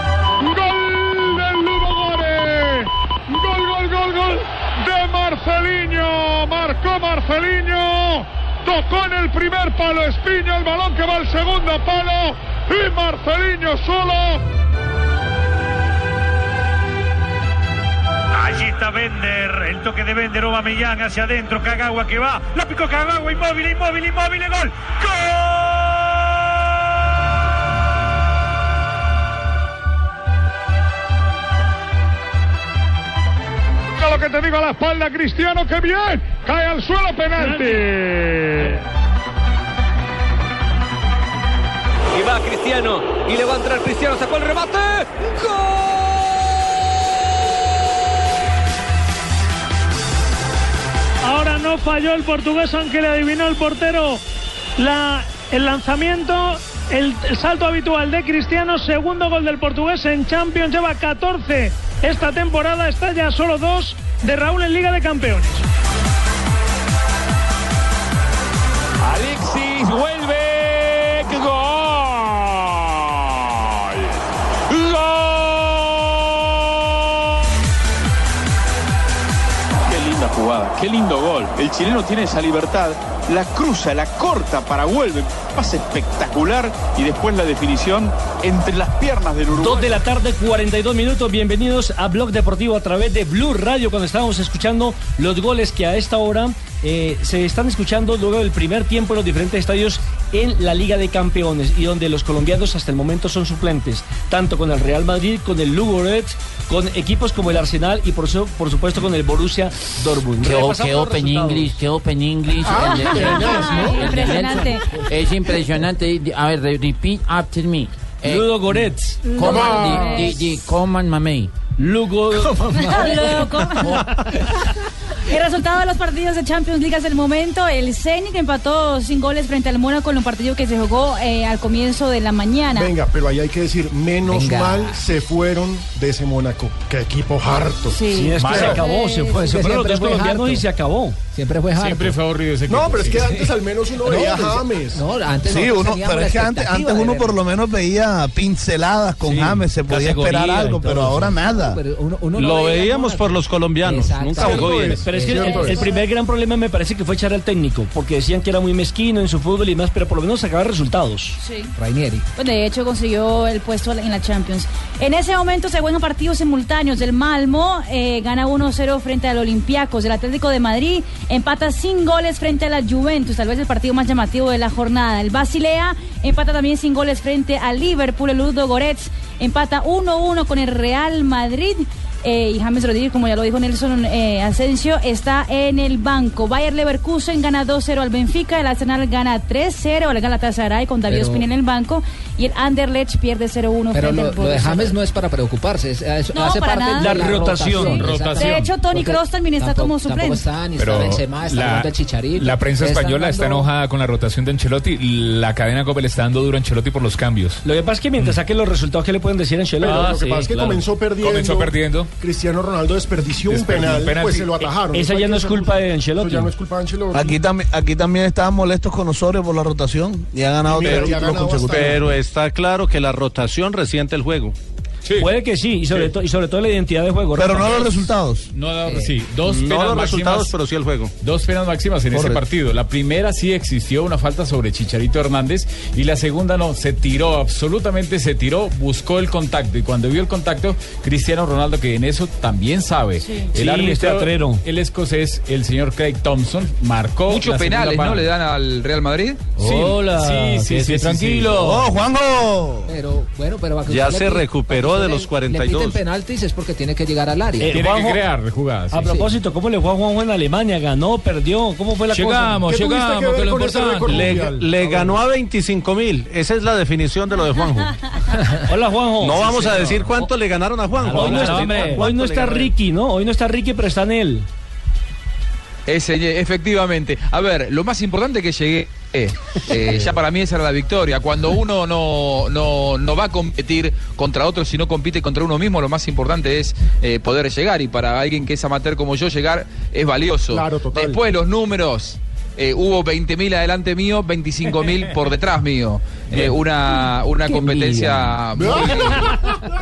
¡Gol del Ludo Gore! ¡Gol, gol, gol, gol! De Marceliño. Marcó Marceliño. Tocó en el primer palo Espiña. El balón que va al segundo palo. Y Marceliño solo. Allí está Bender, el toque de Bender, Millán hacia adentro, Kagawa que va, la picó Kagawa, inmóvil, inmóvil, inmóvil, gol, gol. Mira lo que te digo a la espalda, Cristiano, que bien. Cae al suelo penalti. Y va Cristiano. Y le va a entrar Cristiano. Sacó el remate. ¡Gol! Ahora no falló el portugués, aunque le adivinó el portero la- el lanzamiento. El, el salto habitual de Cristiano, segundo gol del portugués en Champions, lleva 14 esta temporada, está ya a solo dos de Raúl en Liga de Campeones. Alexis vuelve. Gol. Gol. Ah. Qué linda jugada, qué lindo gol. El chileno tiene esa libertad, la cruza, la corta para vuelve, pase espectacular y después la definición entre las piernas del Uruguay. Dos de la tarde, 42 minutos. Bienvenidos a Blog Deportivo a través de Blue Radio, cuando estábamos escuchando los goles que a esta hora eh, se están escuchando luego del primer tiempo en los diferentes estadios en la Liga de Campeones y donde los colombianos hasta el momento son suplentes, tanto con el Real Madrid, con el Lugo Red, con equipos como el Arsenal y por, su- por supuesto con el Borussia Dortmund. Qué, o- Repasamos qué los open resultados. English, qué open English. Ah, el de- de veras, el ¿no? de Impresionante. Nelson. Es impresionante. A ver, re- repeat after me. Eh, Ludo Goretz. Coman, di, di, di, coman mamey. Lugo. El resultado de los partidos de Champions League hasta el momento, el Zenit empató sin goles frente al Mónaco en un partido que se jugó eh, al comienzo de la mañana. Venga, pero ahí hay que decir, menos Venga. mal se fueron de ese Mónaco. Qué equipo harto. Sí, es que se acabó, se fue. Se fueron los dos colombianos y se acabó. Siempre fue Siempre fue horrible ese No, equipo, pero es sí. que antes al menos uno veía a pues, James. No, antes sí, nosotros uno, teníamos pero la es que antes, expectativa antes de uno verlo. por lo menos veía pinceladas con James, se podía categoría esperar y algo, todo pero eso. ahora nada. Lo veíamos por los colombianos. Nunca jugó bien. Pero es que el, el primer gran problema me parece que fue echar al técnico, porque decían que era muy mezquino en su fútbol y más, pero por lo menos sacaba resultados. Sí. Rainieri. Pues, de hecho consiguió el puesto en la Champions. En ese momento se juegan partidos simultáneos. El Malmo eh, gana 1-0 frente al Olympiacos. El Atlético de Madrid empata sin goles frente a la Juventus. Tal vez el partido más llamativo de la jornada. El Basilea empata también sin goles frente al Liverpool. El Ludo Goretz empata 1-1 con el Real Madrid. Eh, y James Rodríguez, como ya lo dijo Nelson eh, Asensio, está en el banco. Bayer Leverkusen gana 2-0 al Benfica, el Arsenal gana 3-0 al Galatasaray con David Pero- Ospina en el banco y el Anderlecht pierde 0-1 Pero frente lo, al lo de Borussia. James no es para preocuparse, es- es- No, hace para parte nada. de La rotación, rotación. exacto. De hecho, Tony Kroos también está tampoco- como suplente. Tampoco está, ni está Benzema, está jugando el Chicharito. la prensa Están española está dando- enojada con la rotación de Ancelotti. La cadena Copa le está dando duro a Ancelotti por los cambios. Lo que pasa es que mientras saque los resultados, ¿qué le pueden decir a Ancelotti? Pero Ah, lo que pasa es que comenzó perdiendo. Comenzó perdiendo. Cristiano Ronaldo desperdició un Desperdició penal, un penalti. pues se lo atajaron. Eso Esa ya hay no que es ser culpa de justos. Ancelotti. Eso ya no es culpa de Ancelotti. Ah, Aquí, también aquí también estaban molestos con Osorio por la rotación y ha ganado Pero, tres títulos consecutivos. pero está claro que la rotación resiente el juego. Sí. Puede que sí, y sobre, sí. To, y sobre todo la identidad de juego. Eh, Pero Rafa, no los resultados. No, no sí, dos no penas los máximas, resultados, pero sí el juego. Dos penas máximas en Corre. ese partido. La primera sí existió una falta sobre Chicharito Hernández y la segunda no, se tiró, absolutamente se tiró, buscó el contacto y cuando vio el contacto, Cristiano Ronaldo, que en eso también sabe. El este árbitro, el escocés, el señor Craig Thompson, marcó. Muchos penales, ¿no? Le dan al Real Madrid. Hola. Sí, sí, tranquilo. ¡Oh, Juanjo! Pero bueno, pero va Ya se recuperó de los 42. Le penaltis es porque tiene que llegar al área. Eh, tiene Juanjo, que crear jugadas. Sí. A propósito, ¿cómo le fue a Juanjo en Alemania? ¿Ganó, perdió? ¿Cómo fue la llegamos, cosa? Llegamos, llegamos, que lo importante. Le, le ganó a 25 mil. Esa es la definición de lo de Juanjo. Hola, Juanjo. No vamos sí, a decir cuánto le ganaron a Juanjo. Ah, Hoy no, está, hoy no está Ricky, ¿no? Hoy no está Ricky, pero está en él. Ese, eh, efectivamente. A ver, lo más importante que llegué eh, eh, ya para mí esa era la victoria. Cuando uno no, no, no, va a competir contra otro, sino compite contra uno mismo, lo más importante es eh, poder llegar. Y para alguien que es amateur como yo, llegar es valioso. Claro, Después los números. eh, hubo 20.000 adelante mío, 25.000 por detrás mío. Eh, una una competencia muy,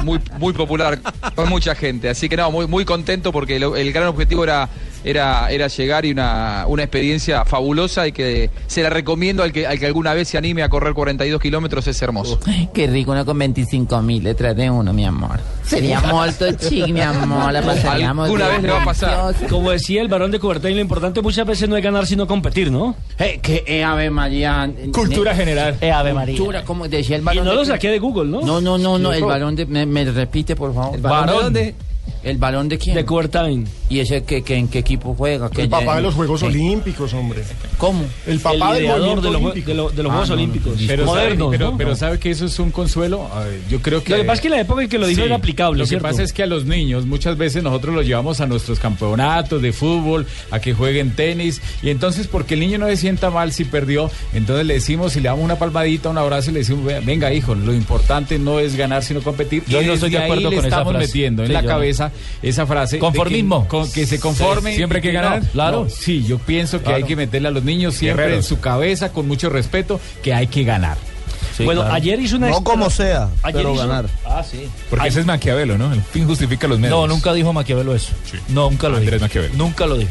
muy, muy, popular con mucha gente. Así que no, muy, muy contento porque el, el gran objetivo era era, era llegar y una, una, experiencia fabulosa y que se la recomiendo al que, al que alguna vez se anime a correr 42 kilómetros, es hermoso. Ay, qué rico, una con 25 mil, le traeré uno, mi amor. Sería molto chic, mi amor, la pasaríamos. Alguna vez le va a pasar. Como decía el varón de Cubertán, lo importante muchas veces no es ganar, sino competir, ¿no? Hey, que eh, Ave María. Cultura general. Eh, Ave María. Cultura, como decía el varón. Y no lo saqué de Google, ¿no? No, no, no, no el varón de. Me, me, repite, por favor. El varón de. ¿El balón de quién? De Quartain. ¿Y ese que, que, en qué equipo juega? el papá de los Juegos Olímpicos, hombre. ¿Cómo? El papá el del de, lo, de, lo, de, los ah, Juegos no, Olímpicos. Pero modernos. Sabe, pero, ¿no? pero, sabe que eso es un consuelo. Ver, yo creo que. Lo que pasa es que la época en que lo dijo sí, era aplicable. Lo que ¿cierto? pasa es que a los niños muchas veces nosotros los llevamos a nuestros campeonatos de fútbol, a que jueguen tenis. Y entonces, porque el niño no se sienta mal si perdió, entonces le decimos y le damos una palmadita, un abrazo y le decimos, venga, hijo, lo importante no es ganar, sino competir. Yo y no estoy de acuerdo ahí con le estamos esa frase. metiendo en sí, la cabeza esa frase. Conformismo. Que, con, que se conforme. Sí, siempre hay que ganar. No, claro. No, sí, yo pienso que claro. hay que meterle a los niños siempre Guerreros. en su cabeza, con mucho respeto, que hay que ganar. Sí, bueno, claro. ayer hizo una. No como sea, ayer pero hizo... ganar. Ah, sí. Porque ayer... ese es Maquiavelo, ¿no? El fin justifica los medios. No, nunca dijo Maquiavelo eso. Sí. No, nunca lo Andrés dijo. Maquiavelo. Nunca lo dijo.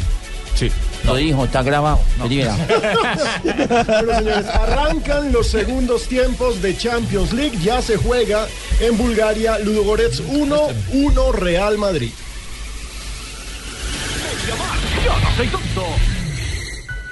Sí. Lo dijo, está grabado. No. bueno, señores, arrancan los segundos tiempos de Champions League. Ya se juega en Bulgaria. Ludogorets 1, 1 Real Madrid.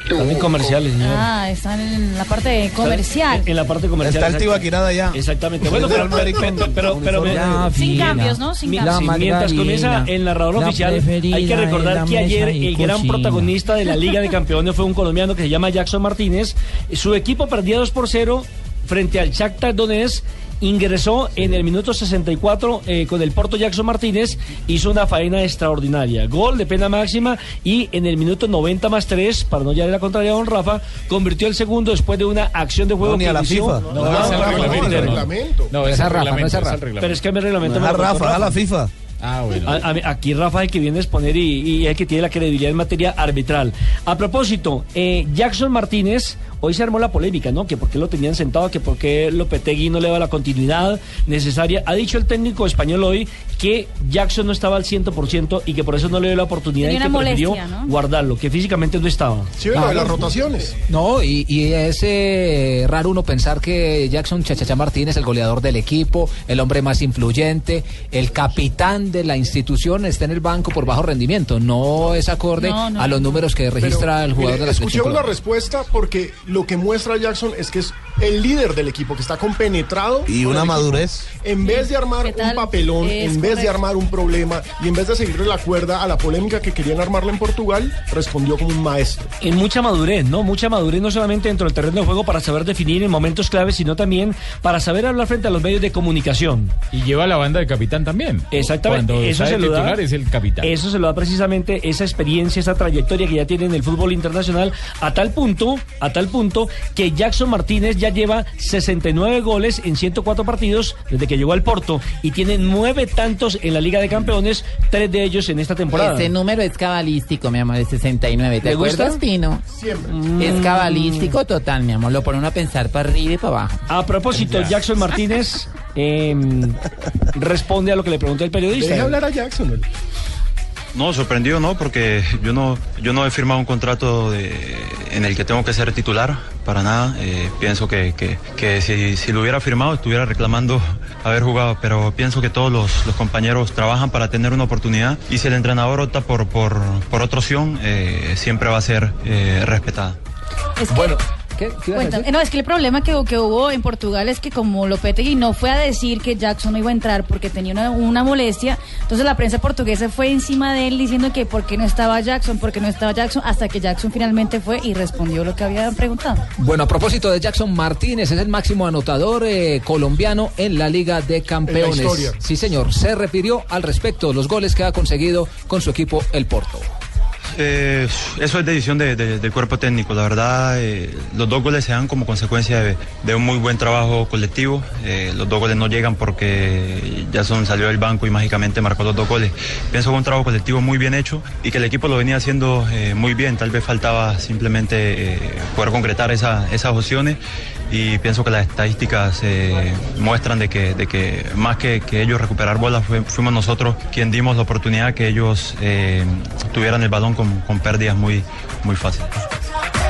También comerciales, señor. Ah, están en la parte comercial. En la parte comercial. Está el Tibaquirada ya. Exactamente. Bueno, pero, pero, pero, pero me, sin cambios, ¿no? Sin cambios. Sí, mientras comienza el narrador oficial, hay que recordar que ayer el gran cocina. protagonista de la Liga de Campeones fue un colombiano que se llama Jackson Martínez. Su equipo perdía 2 por 0 frente al Shakhtar Donetsk ingresó en el minuto 64 eh, con el Porto Jackson Martínez, hizo una faena extraordinaria. Gol de pena máxima y en el minuto 90 más 3, para no llegar a la contraria a Don Rafa, convirtió el segundo después de una acción de juego no, ni que a la inició. FIFA. No, no, no, es el reglamento. reglamento. No, es a el Rafa, reglamento, no es a el Rafa. reglamento. Pero es que el reglamento No me a lo contó Rafa, a la FIFA. Ah, bueno. A- a- aquí Rafa es el que viene a exponer y, y es el que tiene la credibilidad en materia arbitral. A propósito, eh, Jackson Martínez, hoy se armó la polémica, ¿no? Que por qué lo tenían sentado, que por qué Lopetegui no le daba la continuidad necesaria. Ha dicho el técnico español hoy que Jackson no estaba al 100% y que por eso no le dio la oportunidad Tenía y que una molestia, prefirió ¿no? guardarlo, que físicamente no estaba. Sí, bueno, de las rotaciones. No, y, y es eh, raro uno pensar que Jackson Chachacha Martínez, el goleador del equipo, el hombre más influyente, el capitán de la institución, está en el banco por bajo rendimiento. No es acorde No, no. a los números que registra el jugador de la selección. Escuchemos la Colombia. respuesta porque lo que muestra Jackson es que es el líder del equipo, que está compenetrado. Y con una el equipo. madurez. En vez de armar ¿Qué tal? un papelón, Es en vez de correcto. armar un problema y en vez de seguirle la cuerda a la polémica que querían armarle en Portugal, respondió como un maestro. en mucha madurez, ¿no? Mucha madurez, no solamente dentro del terreno de juego para saber definir en momentos claves, sino también para saber hablar frente a los medios de comunicación. Y lleva la banda de capitán también. Exactamente. Cuando eso sale se lo da- titular es el capitán. Eso se lo da precisamente esa experiencia, esa trayectoria que ya tiene en el fútbol internacional, a tal punto, a tal punto que Jackson Martínez ya lleva 69 goles en 104 partidos desde que llegó al Porto y tiene nueve tantos en la Liga de Campeones, tres de ellos en esta temporada. Ese número es cabalístico, mi amor, es 69. Este, ¿Te ¿Le gusta? Mm. acuerdas, Pino? Siempre. Es cabalístico total, mi amor. Lo pone uno a pensar para arriba y para abajo. A propósito, Jackson Martínez em, responde a lo que le preguntó el periodista. Deja hablar a Jackson. No, sorprendido no, porque yo no, yo no he firmado un contrato de- en el que tengo que ser titular, para nada. Eh, pienso que, que- que si, si lo hubiera firmado estuviera reclamando haber jugado, pero pienso que todos los, los compañeros trabajan para tener una oportunidad y si el entrenador opta por, por, por otra opción, eh, siempre va a ser eh, respetada. bueno. ¿Qué? ¿Qué ibas a Cuéntame. decir? eh, No, es que el problema que, que hubo en Portugal es que como Lopetegui no fue a decir que Jackson no iba a entrar porque tenía una, una molestia, entonces la prensa portuguesa fue encima de él diciendo que por qué no estaba Jackson, por qué no estaba Jackson, hasta que Jackson finalmente fue y respondió lo que habían preguntado. Bueno, a propósito de Jackson Martínez, es el máximo anotador eh, colombiano en la Liga de Campeones. historia. sí, señor. Se refirió al respecto de los goles que ha conseguido con su equipo el Porto. Eh, eso es decisión de- de- del cuerpo técnico. La verdad, eh, los dos goles se dan como consecuencia de, de un muy buen trabajo colectivo. Eh, los dos goles no llegan porque Jason salió del banco y mágicamente marcó los dos goles. Pienso que fue un trabajo colectivo muy bien hecho y que el equipo lo venía haciendo eh, muy bien. Tal vez faltaba simplemente eh, poder concretar esa- esas opciones y pienso que las estadísticas eh, muestran de que, de que más que, que ellos recuperar bolas fue- fuimos nosotros quien dimos la oportunidad que ellos eh, tuvieran el balón con, con pérdidas muy, muy fáciles.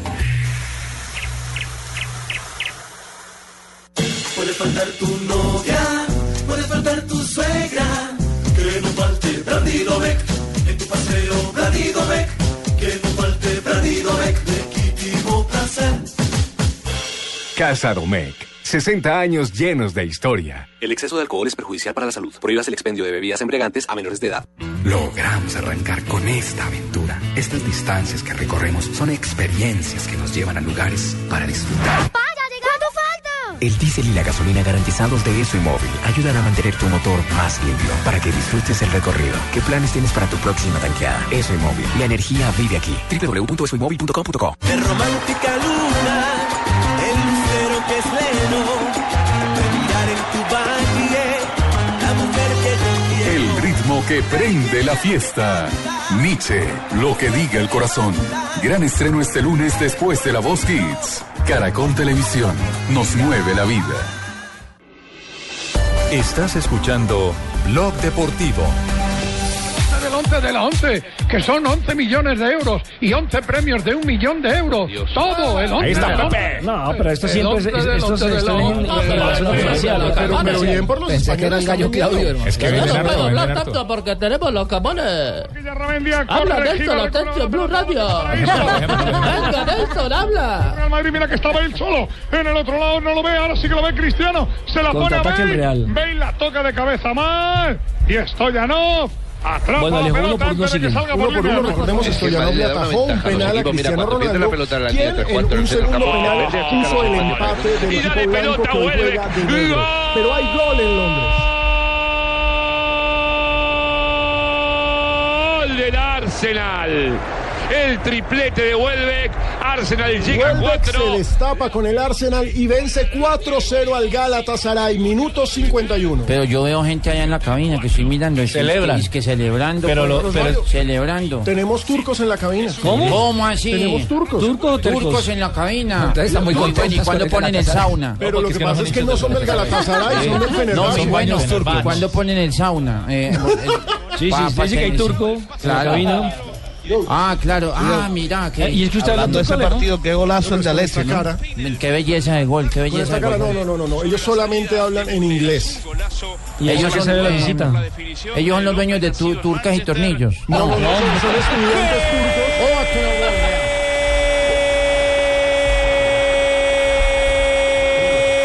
Puede faltar tu novia, puede faltar tu suegra. Que no falte Brandy Beck en tu paseo Brandy Beck. Que no falte Brandy Beck de Quitimo Placer. Casa Domecq. 60 años llenos de historia. El exceso de alcohol es perjudicial para la salud. Prohíbas el expendio de bebidas embriagantes a menores de edad. Logramos arrancar con esta aventura. Estas distancias que recorremos son experiencias que nos llevan a lugares para disfrutar. ¿Cuánto falta? El diésel y la gasolina garantizados de ESO y Móvil ayudan a mantener tu motor más limpio para que disfrutes el recorrido. ¿Qué planes tienes para tu próxima tanqueada? ESO y Móvil. La energía vive aquí. www.esoymóvil.com.co De romántica luna, el lucero que es leno. De mirar en tu valle, la mujer que te quiere. El ritmo que prende la fiesta. Nietzsche, lo que diga el corazón. Gran estreno este lunes después de La Voz Kids. Caracol Televisión, nos mueve la vida. Estás escuchando Blog Deportivo. del 11 de la 11, que son 11 millones de euros y 11 premios de un millón de euros. Todo el 11 Ahí está, de la Pepe. 11. No, pero esto siempre es- El 11 del esto se- 11 de esto la es en- 11. en relación Pero- comercial, pero- pero- pero bien por los Pensé que era el gallo Claudio, hermano. Es que Yo no venden harto, puedo venden hablar harto. tanto porque tenemos los camones. Habla, Nelson, atención, Blue Radio. Venga, Nelson, habla. Real Madrid, mira que estaba él solo. En el otro lado no lo ve, ahora sí que lo ve Cristiano. Se la pone a Contraataque el Bale. Real. Bale la toca de cabeza mal. Y Stoyanov atrapa Bueno, la Alejo, uno pelota por uno antes de que sigue. salga Uno por línea. uno, recordemos, Es que Stoyanov le atajó un penal a Cristiano Ronaldo, quien en un segundo penal puso el empate del equipo blanco que hoy juega de negro. Pero hay gol en Londres. Gol del Arsenal. El triplete de Welbeck. Arsenal llega a Welbeck cuatro. se destapa con el Arsenal y vence 4-0 al Galatasaray, minuto 51. Pero yo veo gente allá en la cabina que estoy mirando. es- Celebran. Es que celebrando. Pero lo- Carlos pero- Mario. Celebrando. Tenemos turcos en la cabina. ¿Cómo así? Tenemos turcos. Turcos en la cabina. Entonces están muy Turcos, contentos ¿Y cuando con el ponen el Galatasaray. sauna? Pero No, porque lo es que que no pasa son es que hinchas no del son del Galatasaray, Galatasaray, son del No, Fenerbahce. y Son bueno, baños turcos. ¿Cuándo ponen el sauna? Eh, Sí, sí, pa- usted pa- dice que hay tener- turco en la cabina. Ah, claro. Ah, mira. Que, Y es que usted habla Hablando de turco, ese ¿no? partido, qué golazo el de Alessio, esta ¿no? cara. Qué belleza de gol, qué Con belleza esta de cara, gol. no, no, no, no, no. Ellos solamente hablan en inglés. Ah, Y ellos son, eh, ellos son los dueños de tu- turcas y tornillos. No, no, no, son son estudiantes turcos.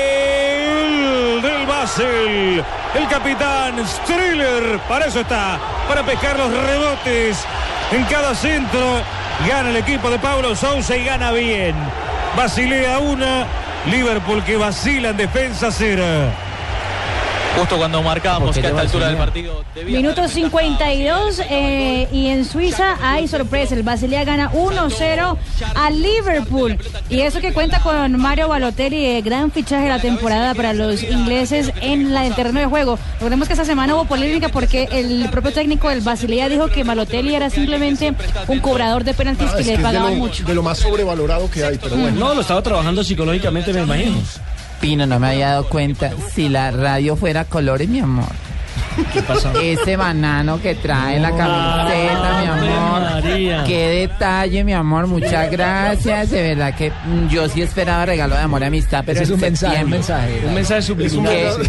Gol del Basel. El capitán Striller, para eso está, para pescar los rebotes en cada centro. Gana el equipo de Pablo Sousa y gana bien. Basilea una, Liverpool que vacila en defensa cero. Justo cuando marcábamos que a esta altura del partido Minuto 52 eh, y en Suiza hay sorpresa. El Basilea gana 1-0 a Liverpool. Y eso que cuenta con Mario Balotelli, eh, gran fichaje de la temporada para los ingleses en la, el terreno de juego. Recordemos que esta semana hubo polémica porque el propio técnico del Basilea dijo que Balotelli era simplemente un cobrador de penaltis Ah, que es le que es de pagaban lo, mucho. de lo más sobrevalorado que hay, pero bueno. No, lo estaba trabajando psicológicamente, me imagino. Pino, no me había dado cuenta. Si la radio fuera colores, mi amor. ¿Qué pasa? Ese banano que trae la camiseta, mi amor. María. Qué detalle, mi amor. Muchas gracias. De verdad que mm, yo sí esperaba regalo de amor y amistad, pero Ese es en un mensaje, septiembre. un mensaje. Un mensaje subliminal. Qué Es un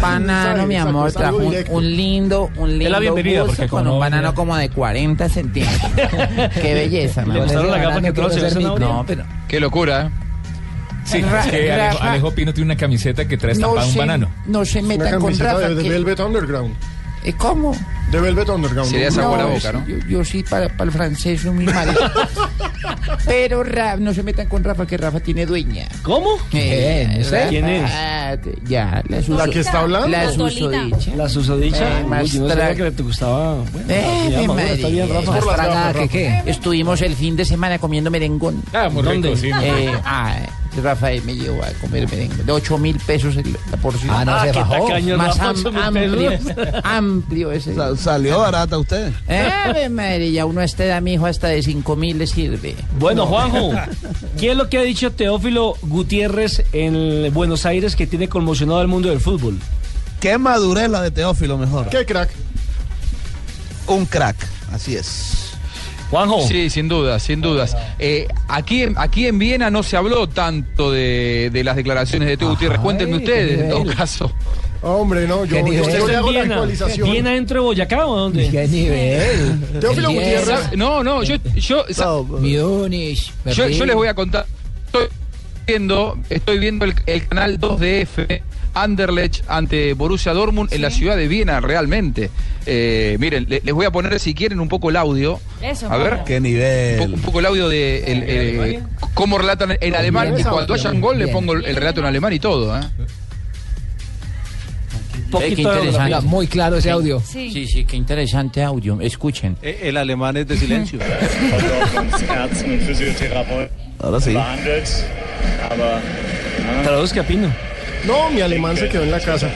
mensaje, banano, mi exacto, amor. es algo Trajo un, directo. un lindo, un lindo. Es la bienvenida, buzo porque con como un no- banano como de 40 centímetros. Qué belleza, mi Le amor. gustaron las gafas que Quiero trajo, ser señor mi- Sanabria. No, pero. Qué locura. Sí, Ra- es que Alejo, Rafa- Alejo Pino tiene una camiseta que trae estampada un se- banano. No se metan con camiseta Rafa. de, de que- Velvet Underground. ¿Eh, ¿Cómo? De Velvet Underground. Sería sabor a boca, ¿no? Yo, yo sí, para, para el francés, soy muy malo. Pero Ra- no se metan con Rafa, que Rafa tiene dueña. ¿Cómo? Eh, ¿Quién? Rafa, ¿Quién es? ah, Ya, la suso- ¿La que está hablando? La susodicha. La susodicha. Eh, Uy, más yo no sabía tra- que le te gustaba. Ah, Bueno, pues, Eh, ya, mi madura, está bien, madre, Rafa. más tragada que qué. qué. Estuvimos el fin de semana comiendo merengón. Ah, muy rico, sí, muy Eh, rico. ah, Rafael me llevó a comer merengón. De 8 mil pesos el- la porción. Ah, no, Ah, se qué bajó. tacaño, Más Rafa, am- ocho mil amplio, pesos. amplio ese. Salió barata usted. Eh, mi madre, ya uno a este da, mi hijo, hasta de 5 mil le sirve. Eh, Bueno, Juanjo, ¿qué es lo que ha dicho Teófilo Gutiérrez en Buenos Aires que tiene conmocionado al mundo del fútbol? Qué madurez la de Teófilo mejor. Qué crack. Un crack, así es. Juanjo. Sí, sin dudas, sin dudas. Eh, aquí, en- aquí en Viena no se habló tanto de, de las declaraciones de Teo Gutiérres. Cuéntenme ustedes, en todo caso. Hombre, no, yo, Qué yo, nivel. yo le hago la Viena. actualización. ¿Viena dentro de Boyacá o dónde? ¿Qué nivel? Teófilo El diez. Gutiérrez. No, no, yo, yo, sa- Múnich. yo, Berlín. yo les voy a contar. Estoy viendo, estoy viendo el, el canal 2DF. Anderlecht ante Borussia Dortmund en la ciudad de Viena, realmente. Eh, miren, le- les voy a poner, si quieren, un poco el audio. Eso. A ver. Qué nivel. Un poco, un poco el audio de el, eh, c- cómo relatan en alemán. bien. Y cuando haya un gol, le Bien. pongo el, el relato en alemán y todo. ¿eh? Poquito qué interesante. Habla muy claro ese audio. Sí, sí, qué interesante audio. Escuchen. Eh, El alemán es de silencio. Ärzten und Physiotherapeuten Ahora sí. behandelt. Aber Traduzca, Pino. No, mi alemán se quedó en la casa.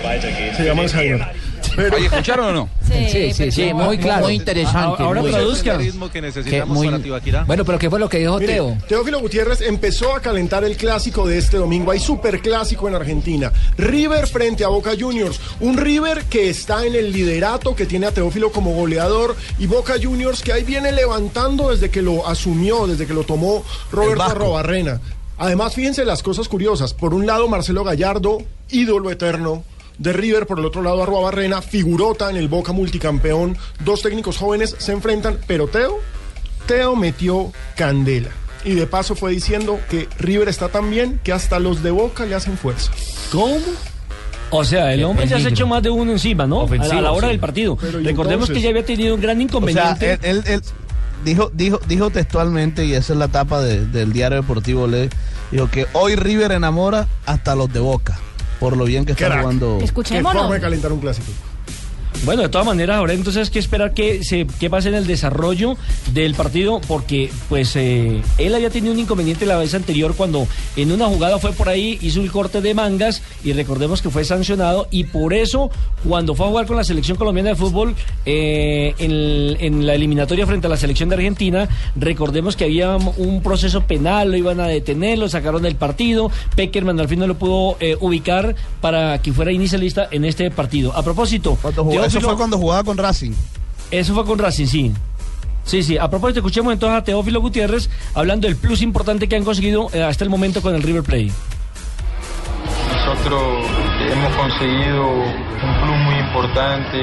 Se llama Alzheimer. Pero... ¿Ahí escucharon o no? Sí, sí, sí, sí, muy claro. Muy interesante. Ahora muy- traduzca. El ritmo que necesitamos para Tibaquirá. Bueno, pero ¿qué fue lo que dijo Mire, Teo? Teófilo Gutiérrez empezó a calentar el clásico de este domingo. Hay superclásico en Argentina. River frente a Boca Juniors. Un River que está en el liderato, que tiene a Teófilo como goleador. Y Boca Juniors que ahí viene levantando desde que lo asumió, desde que lo tomó Roberto vasco. Arrobarrena. Además, fíjense las cosas curiosas. Por un lado, Marcelo Gallardo, ídolo eterno de River. Por el otro lado, Arrobarrena, figurota en el Boca multicampeón. Dos técnicos jóvenes se enfrentan, pero Teo Teo metió candela. Y de paso fue diciendo que River está tan bien que hasta los de Boca le hacen fuerza. ¿Cómo? O sea, el hombre ya se ha hecho más de uno encima, ¿no? A la- a la hora del partido. Recordemos que ya había tenido un gran inconveniente. O sea, él, él- él dijo, dijo, dijo textualmente, y esa es la tapa de- del diario deportivo, le dijo que hoy River enamora hasta los de Boca, por lo bien que está Crack. jugando. Escuchémoslo. Qué forma de calentar un clásico. Bueno, de todas maneras, habrá entonces que esperar que, se, que pase en el desarrollo del partido, porque pues eh, él había tenido un inconveniente la vez anterior cuando en una jugada fue por ahí, hizo el corte de mangas y recordemos que fue sancionado y por eso cuando fue a jugar con la selección colombiana de fútbol eh, en, el- en la eliminatoria frente a la selección de Argentina, recordemos que había un proceso penal, lo iban a detener, lo sacaron del partido, Peckerman al fin no lo pudo eh, ubicar para que fuera inicialista en este partido. A propósito, Jugó- Eso Teófilo- fue cuando jugaba con Racing. eso fue con Racing, sí. Sí, sí. A propósito, escuchemos entonces a Teófilo Gutiérrez hablando del plus importante que han conseguido eh, hasta el momento con el River Plate. Nosotros hemos conseguido un club muy importante,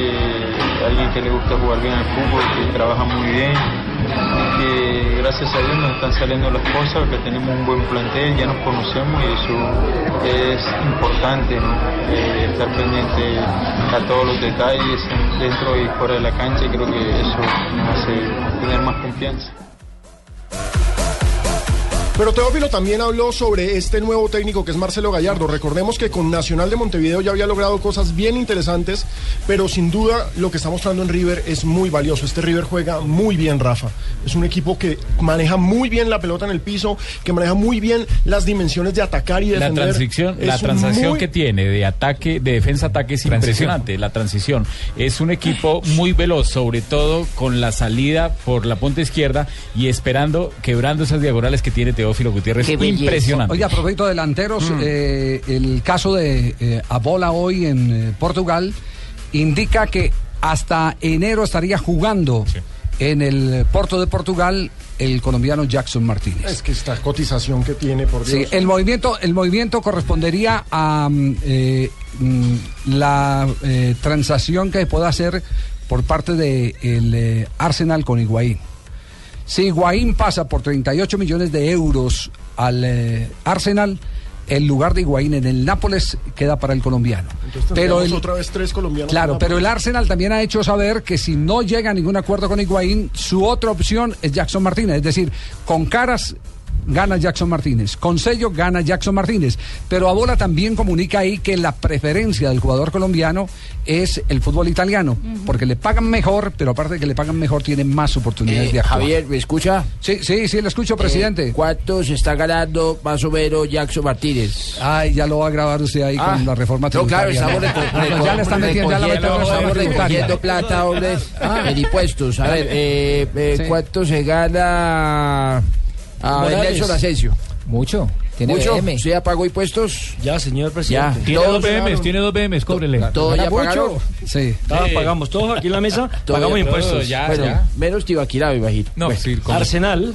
alguien que le gusta jugar bien al fútbol, que trabaja muy bien, y que gracias a Dios nos están saliendo las cosas, que tenemos un buen plantel, ya nos conocemos y eso es importante, ¿no? Eh, estar pendiente a todos los detalles dentro y fuera de la cancha y creo que eso nos hace tener más confianza. Pero Teófilo también habló sobre este nuevo técnico que es Marcelo Gallardo. Recordemos que con Nacional de Montevideo ya había logrado cosas bien interesantes, pero sin duda lo que está mostrando en River es muy valioso. Este River juega muy bien, Rafa. Es un equipo que maneja muy bien la pelota en el piso, que maneja muy bien las dimensiones de atacar y La defender. transacción, Es la transacción muy que tiene de ataque, de defensa ataque es impresionante, la transición. Es un equipo muy veloz, sobre todo con la salida por la punta izquierda y esperando, quebrando esas diagonales que tiene Teófilo Gutiérrez. Impresionante. Oiga, a propósito de delanteros, eh, el caso de eh, Abola hoy en eh, Portugal indica que hasta enero estaría jugando en el Porto de Portugal el colombiano Jackson Martínez. Es que esta cotización que tiene, por Sí, Dios. el movimiento, el movimiento correspondería a mm, eh, mm, la eh, transacción que se pueda hacer por parte del eh, Arsenal con Higuaín. Si Higuaín pasa por 38 millones de euros al eh, Arsenal, el lugar de Higuaín en el Nápoles queda para el colombiano. Entonces Pero tendríamos el, otra vez tres colombianos. en Claro, la- pero el Arsenal también ha hecho saber que si no llega a ningún acuerdo con Higuaín, su otra opción es Jackson Martínez. Es decir, con caras gana Jackson Martínez, con sello gana Jackson Martínez. Pero Abola también comunica ahí que la preferencia del jugador colombiano es el fútbol italiano, porque le pagan mejor, pero aparte de que le pagan mejor, tiene más oportunidades Eh, de actuar. Javier, ¿me escucha? Sí, sí, sí, le escucho, presidente. ¿Cuánto se está ganando más o menos Jackson Martínez? Ay, ya lo va a grabar usted ahí Ah, con la reforma No, claro, tributaria. estamos reco- ya le están metiendo, ya la recogiendo, metió estamos recogiendo tributaria. plata, hombre, en impuestos. A ver, eh, Ah. eh, Sí. ¿cuánto se gana a Morales. Nelson Asensio? Mucho. ¿Tiene ¿Mucho? ¿Sí ya pagó impuestos? Ya, señor presidente. Tiene dos BMs, tiene dos BMs, cóbrele. ¿Todo ya pagaron? Sí. Ah, pagamos todos aquí en la mesa, Todo pagamos ya- impuestos. Ya, bueno, menos Tibaquirá, me imagino. Pues, No, sí, ¿cómo? Arsenal.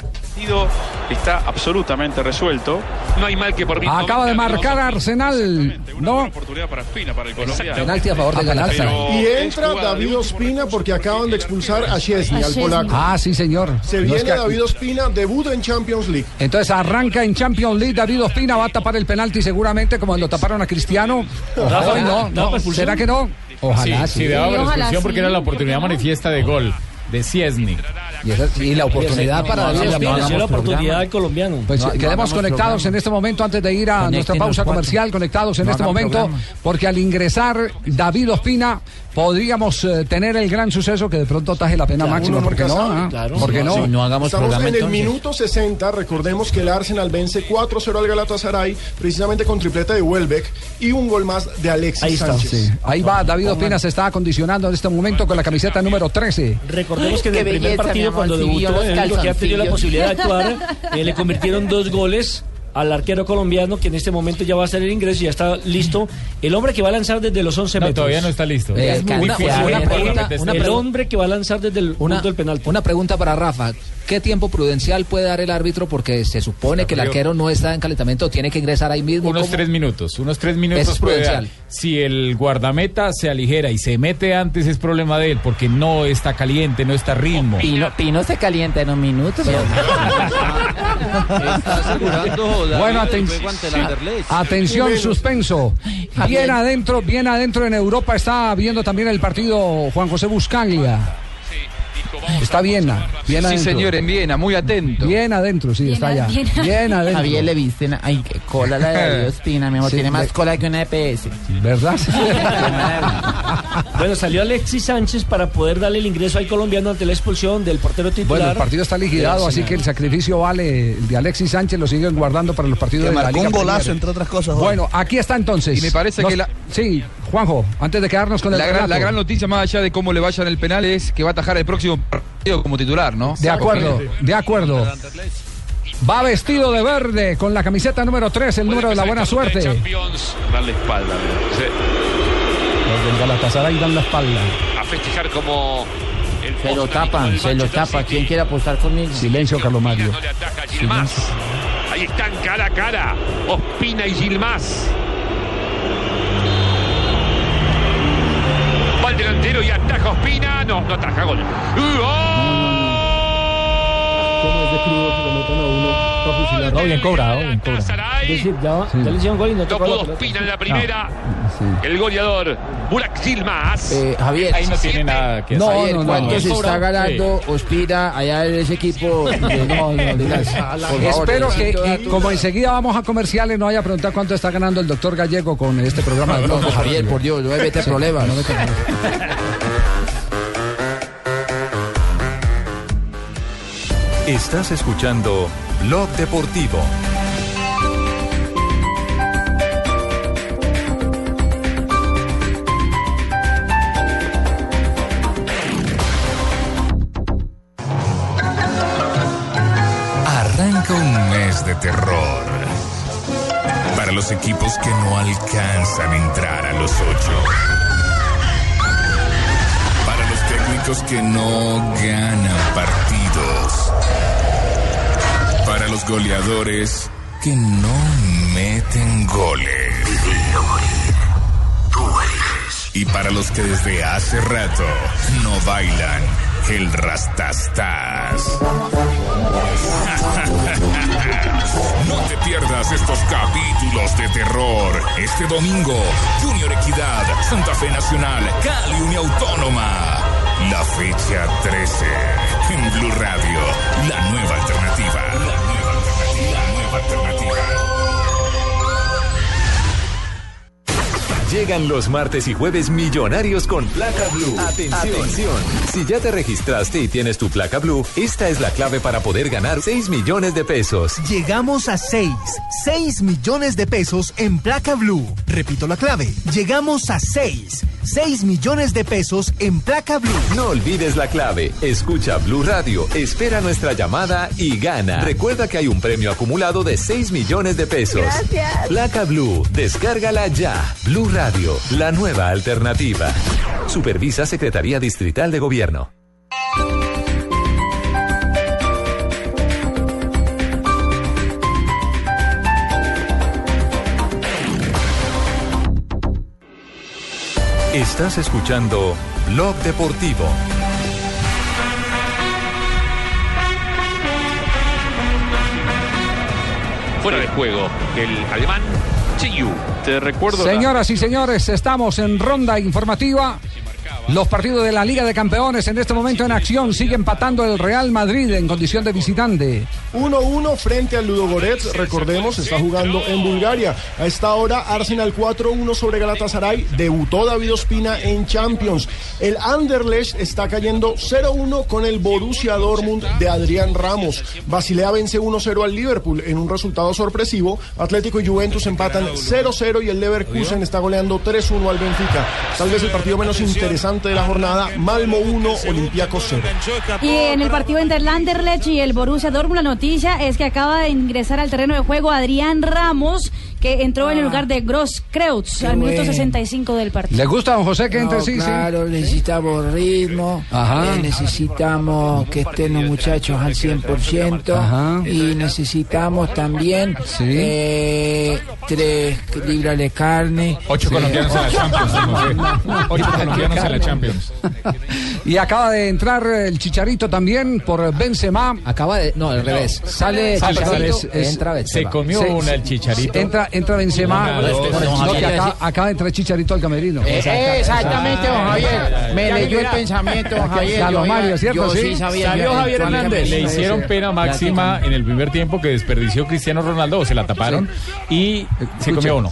partido está absolutamente resuelto. No hay mal que permita. Acaba de marcar Arsenal. No, Oportunidad para Espina, para el colombiano. penalti a favor de Galatasaray. Y entra David Ospina porque acaban de expulsar a Chesney, al polaco. Ah, sí, señor. Se No, viene es que- David Ospina, debut en Champions League. Entonces arranca en Champions League, David Ospina va a tapar el penalti seguramente como lo taparon a Cristiano. Rafa, Hoy no, ¿da para no. expulsión? ¿Será que no? sí, Ojalá sí. sí, daba la Ojalá expulsión sí, porque era la oportunidad manifiesta de gol de Ciesny. Y, esa- y la oportunidad para darle la, oportunidad al colombiano. Pues quedemos conectados en este momento antes de ir a nuestra Conéctenos pausa cuatro. comercial, conectados en No este hagamos momento, programa. porque al ingresar David Ospina podríamos eh, tener el gran suceso que de pronto taje la pena Claro, máxima, uno porque nunca no, sabe, ¿ah? claro. porque Sí, no. sí. Estamos en el minuto 60, recordemos que el Arsenal vence 4-0 al Galatasaray, precisamente con tripleta de Welbeck y un gol más de Alexis Sánchez. Sí. Ahí va David Ospina, se está acondicionando en este momento con la camiseta número 13. Recordemos que en el primer partido, cuando debutó, en el único que ha tenido la posibilidad de actuar, eh, le convirtieron dos goles al arquero colombiano, que en este momento ya va a hacer el ingreso y ya está listo. El hombre que va a lanzar desde los 11 No, metros. todavía no está listo. Eh, Muy una- fuerte, una muy fuerte. pregunta- una El pregunta. hombre- que va a lanzar desde el una, Una pregunta para Rafa. ¿Qué tiempo prudencial puede dar el árbitro? Porque se supone que el frío. arquero no está en calentamiento, tiene que ingresar ahí mismo. Unos ¿Cómo? tres minutos, unos tres minutos. es puede prudencial. dar. Si el guardameta se aligera y se mete antes es problema de él porque no está caliente, no está a ritmo. Pino, Pino se calienta en un minuto. Bueno, aten- Ah, atención, suspenso. Bien Javier. adentro, bien adentro en Europa está viendo también el partido Juan José Buscaglia. Está Viena, bien sí, adentro. señor, en Viena, muy atento. Bien adentro, sí, está allá. Bien adentro. Javier le viste. una- Ay, qué cola la de Dios Pina, mi amor. Sí, tiene más le- cola que una E EPS. ¿Verdad? Bueno, salió Alexis Sánchez para poder darle el ingreso al colombiano ante la expulsión del portero titular. Bueno, el partido está liquidado, así que el sacrificio vale el de Alexis Sánchez, lo siguen guardando para los partidos Que de la marcó Liga un golazo, Premier. entre otras cosas. hoy. Bueno, aquí está entonces. Y me parece Nos- que la- Sí, Juanjo, antes de quedarnos con el La gran, relato. la gran noticia, más allá de cómo le vaya en el penal, es que va a atajar el próximo partido como titular, ¿no? De acuerdo, de acuerdo. Va vestido de verde con la camiseta número 3, el número de la buena suerte. Champions, dan la espalda. mira. Se- Galatasaray dan la espalda. A festejar como el Se lo tapan, se lo tapa. ¿Quién quiere apostar conmigo? Silencio, Carlos Mario. ataca Gilmás. Ahí están cara a cara. Ospina y Gilmás. Va el delantero y ataja Ospina. No, no ataja gol. Uh, bien cobrado, bien cobrado. Es decir, ya, ya le hicieron gol y no No tocó pudo la pelota. Ah, Ospina en la primera. El goleador, Burak Gilmás. Eh, Javier, Ahí no tiene nada que No, hacer. Javier, ¿cuánto se está ganando Ospina allá en ese equipo? No, no digas. Por favor, Espero que, necesito y datos. como enseguida vamos a comerciales, no vaya a preguntar cuánto está ganando el doctor Gallego con este programa. de No, Blog Javier, por Dios, no este me mete Sí, problemas. no mete problemas. Estás escuchando Blog Deportivo. Arranca un mes de terror. Para los equipos que no alcanzan a entrar a los ocho. Para los técnicos que no ganan partidos. Para los goleadores que no meten goles. Y para los que desde hace rato no bailan el rastastas. No te pierdas estos capítulos de terror. Este domingo, Junior Equidad, Santa Fe Nacional, Cali Unión Autónoma. La fecha 13. En Blue Radio, la nueva alternativa. La nueva alternativa. Llegan los martes y jueves millonarios con placa blue. Atención. Si ya te registraste y tienes tu placa blue, esta es la clave para poder ganar 6 millones de pesos. Llegamos a 6, 6 millones de pesos en placa blue. Repito la clave, llegamos a 6, 6 millones de pesos en placa blue. No olvides la clave. Escucha Blue Radio, espera nuestra llamada y gana. Recuerda que hay un premio acumulado de 6 millones de pesos. Gracias. Placa Blue, descárgala ya. Blue Radio, la nueva alternativa. Supervisa Secretaría Distrital de Gobierno. Estás escuchando Blog Deportivo. Fuera de juego, el alemán Chiyu. Te recuerdo. la- Señoras y señores, estamos en ronda informativa. Los partidos de la Liga de Campeones en este momento en acción sigue empatando el Real Madrid en condición de visitante. 1-1 frente al Ludogorets, recordemos, está jugando en Bulgaria. A esta hora Arsenal 4-1 sobre Galatasaray, debutó David Ospina en Champions. El Anderlecht está cayendo 0-1 con el Borussia Dortmund de Adrián Ramos. Basilea vence 1-0 al Liverpool en un resultado sorpresivo. Atlético y Juventus empatan 0-0 y el Leverkusen está goleando 3-1 al Benfica. Tal vez el partido menos interesante de la jornada, Malmo 1, Olympiacos 0. Y en el partido entre el Anderlecht y el Borussia Dortmund, la noticia es que acaba de ingresar al terreno de juego Adrián Ramos, que entró en el lugar de Gross Kreutz al minuto bueno. 65 del partido. ¿Le gusta a don José que entre? No, sí, sí. claro, necesitamos ritmo, Ajá. eh, necesitamos que estén los muchachos al 100% y necesitamos también eh, tres libras de carne. Ocho colombianos en la Champions, don José. Ocho colombianos en la Champions. Y acaba de entrar el Chicharito también por Benzema. Acaba de, no, al revés. Sale Chicharito, entra Benzema. Se comió una el Chicharito. Entra, entra Benzema. Una, No, dos, tres, que Javier. acá, acá entra Chicharito al camerino. Eh, Exactamente, don Javier. Me leyó el pensamiento, don Javier. Ya lo Yo iba- Mario, ¿cierto? Yo Sí. sí sabía. Salió que Javier eventualmente Hernández. me Le iba a hicieron decir. pena máxima en el primer tiempo que desperdició Cristiano Ronaldo, o se la taparon, y se comió uno.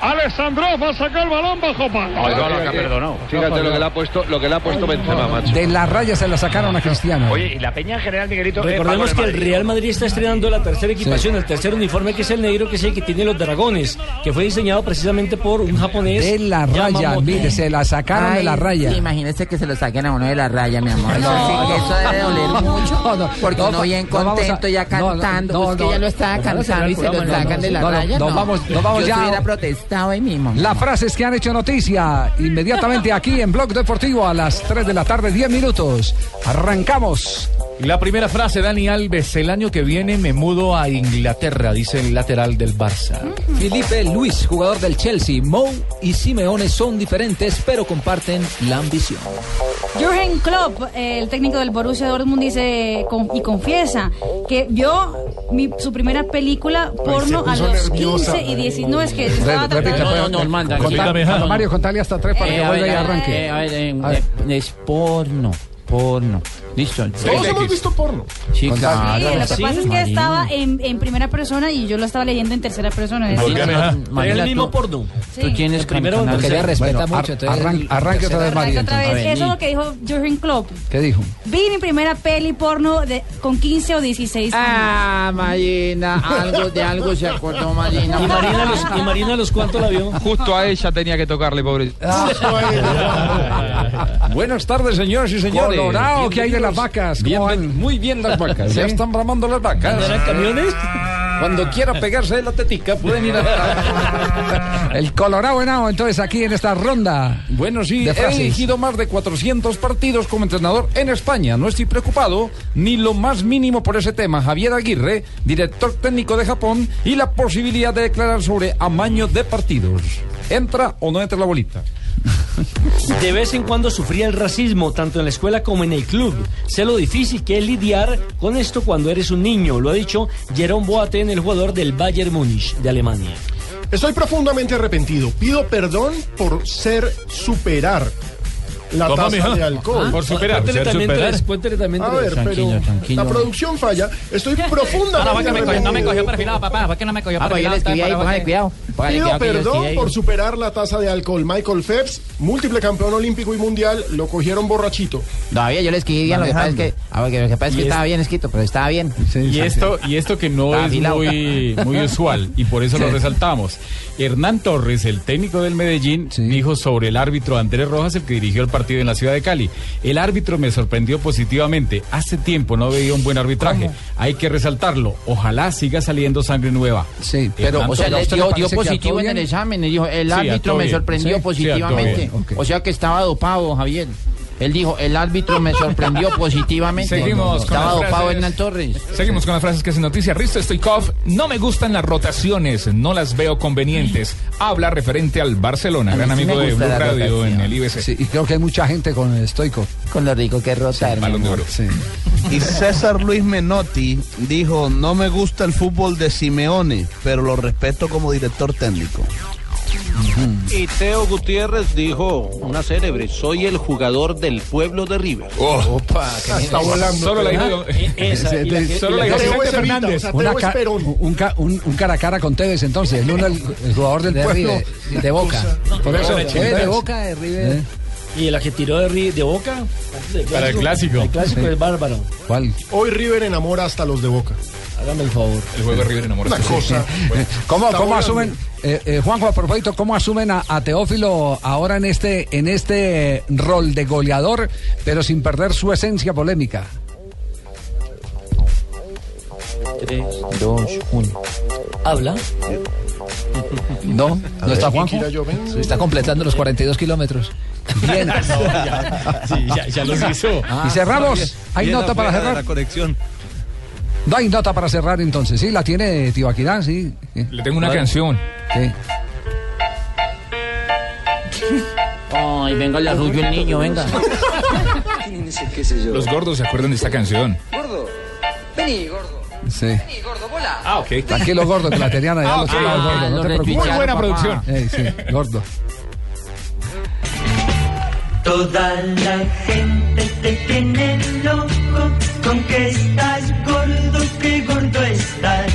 Alessandro va a sacar el balón bajo palo. Ay, no, lo que ha perdonado. Fíjate lo que le ha puesto, lo que le ha puesto Benzema, macho. De la raya se la sacaron a Cristiano. Oye, y la peña en general, Miguelito. eh, es Recordemos Paco que de el Madrid. Real Madrid está estrenando la tercera equipación, Sí. el tercer uniforme que es el negro, que es el que tiene los dragones, que fue diseñado precisamente por un japonés. De la raya, Yamamoto. mire, se la sacaron de la Ay, raya. Imagínese que se lo saquen a uno de la raya, mi amor. Eso, No. sí que eso debe doler mucho. porque no, uno bien no vamos a- contento, ya no, no, cantando. no, es que no. ya lo estaba No, no, cantando y se lo no, no, sacan de la no, no, raya. nos No, vamos- nos vamos Yo ya. hubiera protestado ahí mismo. Las frases que han hecho noticia inmediatamente aquí en Blog Deportivo a las 3 de la tarde, 10 minutos. Arrancamos. La primera frase, Dani Alves, el año que viene me mudo a Inglaterra, dice el lateral del Barça. Felipe Luis, jugador del Chelsea, Mou y Simeone son diferentes, pero comparten la ambición. Jürgen Klopp, eh, el técnico del Borussia Dortmund, dice con- y confiesa que vio mi- su primera película porno a puso los nerviosa. 15 y 19. No, es que estaba Repita, tratando... pues, No, no, normal, Dani. contá- Repítame, contá- Jano. Mario, contale hasta 3 para Eh, que a vuelva y ver, arranque. eh, a ver, eh, A ver. eh, es porno, porno. Listo. Todos hemos visto porno. Sí, claro. Sí, lo que pasa es que Marina. estaba en, en primera persona y yo lo estaba leyendo en tercera persona. es decir, Marina, el mismo tú- porno. Tú tienes primero canal. porque ella respeta Bueno, mucho, ar- entonces- arran- Arranque otra vez, Mario. otra entonces. vez, eso es lo que dijo Jürgen Klopp. ¿Qué dijo? Vi mi primera peli porno de, con 15 o 16 años. Ah, Marina, algo de algo se acordó Marina. ¿Y Marina a los, y Marina a los cuánto la vio? Justo a ella tenía que tocarle, pobre. Buenas tardes, señoras y señores. Colorado, ¿qué hay de las vacas? ¿Cómo Bienven- Muy bien las vacas. Ya ¿Sí? están bramando las vacas. ¿Cuando eran camiones? Cuando quiera pegarse de la tetica, pueden ir a... El Colorado Henao, entonces, aquí en esta ronda. Bueno, sí, De he frases. dirigido más de 400 partidos como entrenador en España. No estoy preocupado ni lo más mínimo por ese tema. Javier Aguirre, director técnico de Japón, y la posibilidad de declarar sobre amaño de partidos. ¿Entra o no entra la bolita? De vez en cuando sufría el racismo, tanto en la escuela como en el club. Sé lo difícil que es lidiar con esto cuando eres un niño, lo ha dicho Jerome Boateng, el jugador del Bayern Múnich de Alemania. Estoy profundamente arrepentido. Pido perdón por ser superar la Toma, tasa mija. de alcohol. Ah, por superar. Cuéntele Ser también superar. tres, cuéntele también A tres. ver, Tranquilo, pero tranquilo. la producción falla. Estoy profundamente Ah, no, fue que me cogió- no me cogió perfilado, papá. ¿Por qué no me cogió Ah, pues yo le escribí ahí, póngale cuidado. Pido perdón por superar la tasa de alcohol. Michael Phelps, múltiple campeón olímco y mundial, lo cogieron borrachito. Todavía yo le escribí bien, lo que pasa es que, ah, porque lo que, pasa es Y que es- estaba bien escrito, pero estaba bien. Y esto, y esto que no Está es afilado. muy, muy usual y por eso lo Sí. resaltamos. Hernán Torres, el técnico del Medellín, dijo sobre el árbitro Andrés Rojas, el que dirigió el partido en la ciudad de Cali. El árbitro me sorprendió positivamente. Hace tiempo no veía un buen arbitraje. Hay que resaltarlo. Ojalá siga saliendo sangre nueva. Sí, Pero, o sea, le dio, dio positivo en el examen. y dijo, el Sí, árbitro actuó me bien. sorprendió Sí, sí, actuó positivamente. bien. O sea que estaba dopado, Javier. Él dijo, el árbitro me sorprendió positivamente. Seguimos con Estaba las dopado frases. Hernán Torres. Seguimos con las frases que hacen noticia. Risto Stoikov, no me gustan las rotaciones, no las veo convenientes. Habla referente al Barcelona, Mm. A mí gran sí amigo me de gusta Blue la Radio rotación. en el IBC. Sí, y creo que hay mucha gente con el estoico. Con lo rico que es rotar. Y César Luis Menotti dijo, no me gusta el fútbol de Simeone, pero lo respeto como director técnico. Y Teo Gutiérrez dijo una célebre, soy el jugador del pueblo de River. Opa, está volando. Solo la dijo. Solo la dijo Vicente Fernández. Una ca- un, ca- un- un cara a cara con Tevez entonces, el uno el, el jugador del De pueblo River, de Boca. Por Boca, eso, fue de Chivas. Boca de River. Y el que tiró de, Ri- de Boca. Para el clásico. El clásico Sí. es bárbaro. ¿Cuál? Hoy River enamora hasta los de Boca. Hágame el favor. El juego de River enamora. Una cosa. ¿Cómo, Está cómo volando. asumen, eh, eh, Juanjo, a propósito, cómo asumen a, a Teófilo ahora en este, en este rol de goleador, pero sin perder su esencia polémica? 3, 2, 1. Habla. No, A no ver. está Juanjo. Shakira, yo vengo. Está completando los 42 kilómetros. Bien. y cerramos. Hay nota para cerrar. conexión. No hay nota para cerrar entonces, sí, la tiene Tibaquirá, sí. Le tengo una canción. Ay, venga, le arrullo el niño, venga. Los gordos se acuerdan de esta canción. Gordo, vení, gordo. Sí. Vení, gordo, bola. Ah, ok. Tranquilo, gordo, que la Teriana ya Ah, lo ok. tiene al gordo, Ah, no lo te preocupes. retuitearon, Muy buena papá. producción. Eh, sí, gordo. Toda la gente te tiene loco con que estás gordo, que gordo estás.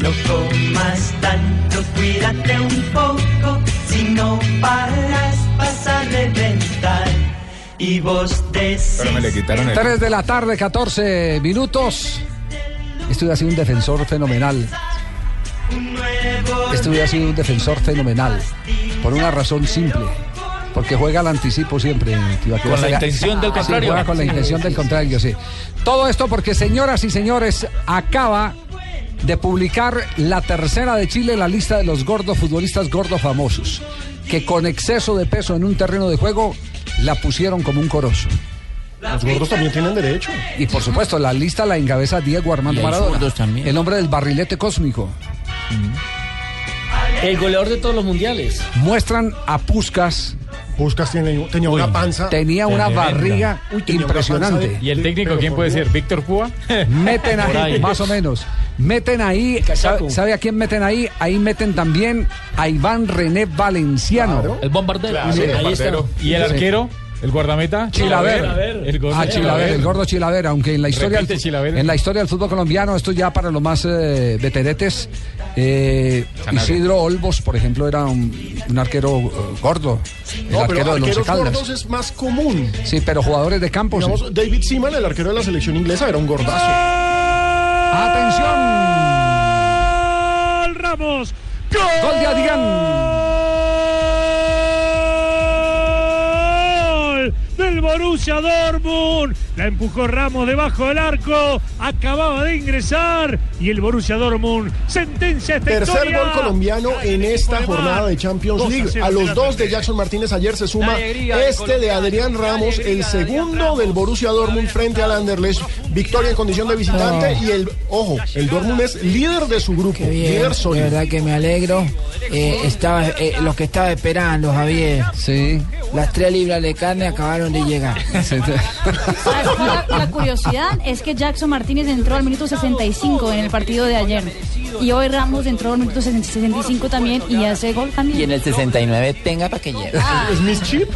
No comas tanto, cuídate un poco, si no paras vas a reventar. Y vos decís... Pero me le quitaron el... 3 de la tarde, 14 minutos. Estuve ha sido un defensor fenomenal. Este hubiera sido un defensor fenomenal. Por una razón simple. Porque juega al anticipo siempre. Tibaquirá. Con la O sea, intención del sí, contrario. juega con la Sí, intención sí, del sí. contrario, sí. Todo esto porque, señoras y señores, acaba de publicar la tercera de Chile en la lista de los gordos futbolistas gordos famosos. Que con exceso de peso en un terreno de juego la pusieron como un corozo. Los gordos también tienen derecho. Y por supuesto, la lista la encabeza Diego Armando Y hay Maradona. zurdos también. El hombre del barrilete cósmico. El goleador de todos los mundiales. Muestran a Puscas. Puscas tenía una panza. Tenía una Tremenda. barriga Uy, tenía una impresionante. panza de- ¿Y el técnico Pero quién por puede Dios. ser? ¿Víctor Púa? Meten Por ahí, ahí. más o menos. Meten ahí, ¿sabe, sabe a quién meten ahí? Ahí meten también a Iván René Valenciano. El bombardero. Sí, el ahí está. bombardero. ¿Y el Sí. arquero? ¿El guardameta? Chilaver. El gordo Ah, Chilaver, el gordo Chilaver, aunque en la historia Repite, Chilaver. en la historia del fútbol colombiano, esto ya para los más eh, veteretes, eh, Sanabria. Isidro Olmos, por ejemplo, era un, un arquero eh, gordo, el No, pero arquero de los arqueros Caldas. gordos es más común. Sí, pero jugadores de campo. sí. Digamos, David Seaman, el arquero de la selección inglesa, era un ¡Ah! gordazo. ¡Atención! Ramos. ¡Gol! ¡Gol de ¡Gol! Del Borussia Dortmund. La empujó Ramos debajo del arco. Acababa de ingresar. Y el Borussia Dortmund sentencia esta Tercer historia. gol colombiano en esta jornada de Champions Dos a League. cero A los será dos de Jackson Martínez ayer se suma La alegría de este de Colombia, Adrián Ramos, el segundo del Borussia Dortmund frente al Anderlecht. Victoria en condición de visitante y el, ojo, el Dortmund es líder de su grupo, Bien, líder de sólido. verdad que me alegro. Eh, estaba, eh, los que estaba esperando, Javier. Sí. Las tres libras de carne acabaron de llegar. ¿Sabes cuál? La, la curiosidad es que Jackson Martínez entró al minuto 65 en el partido de ayer. Y hoy Ramos entró al minuto 65 también y hace gol también. Y en el 69 tenga para que lleve. ¿Es Miss Chip?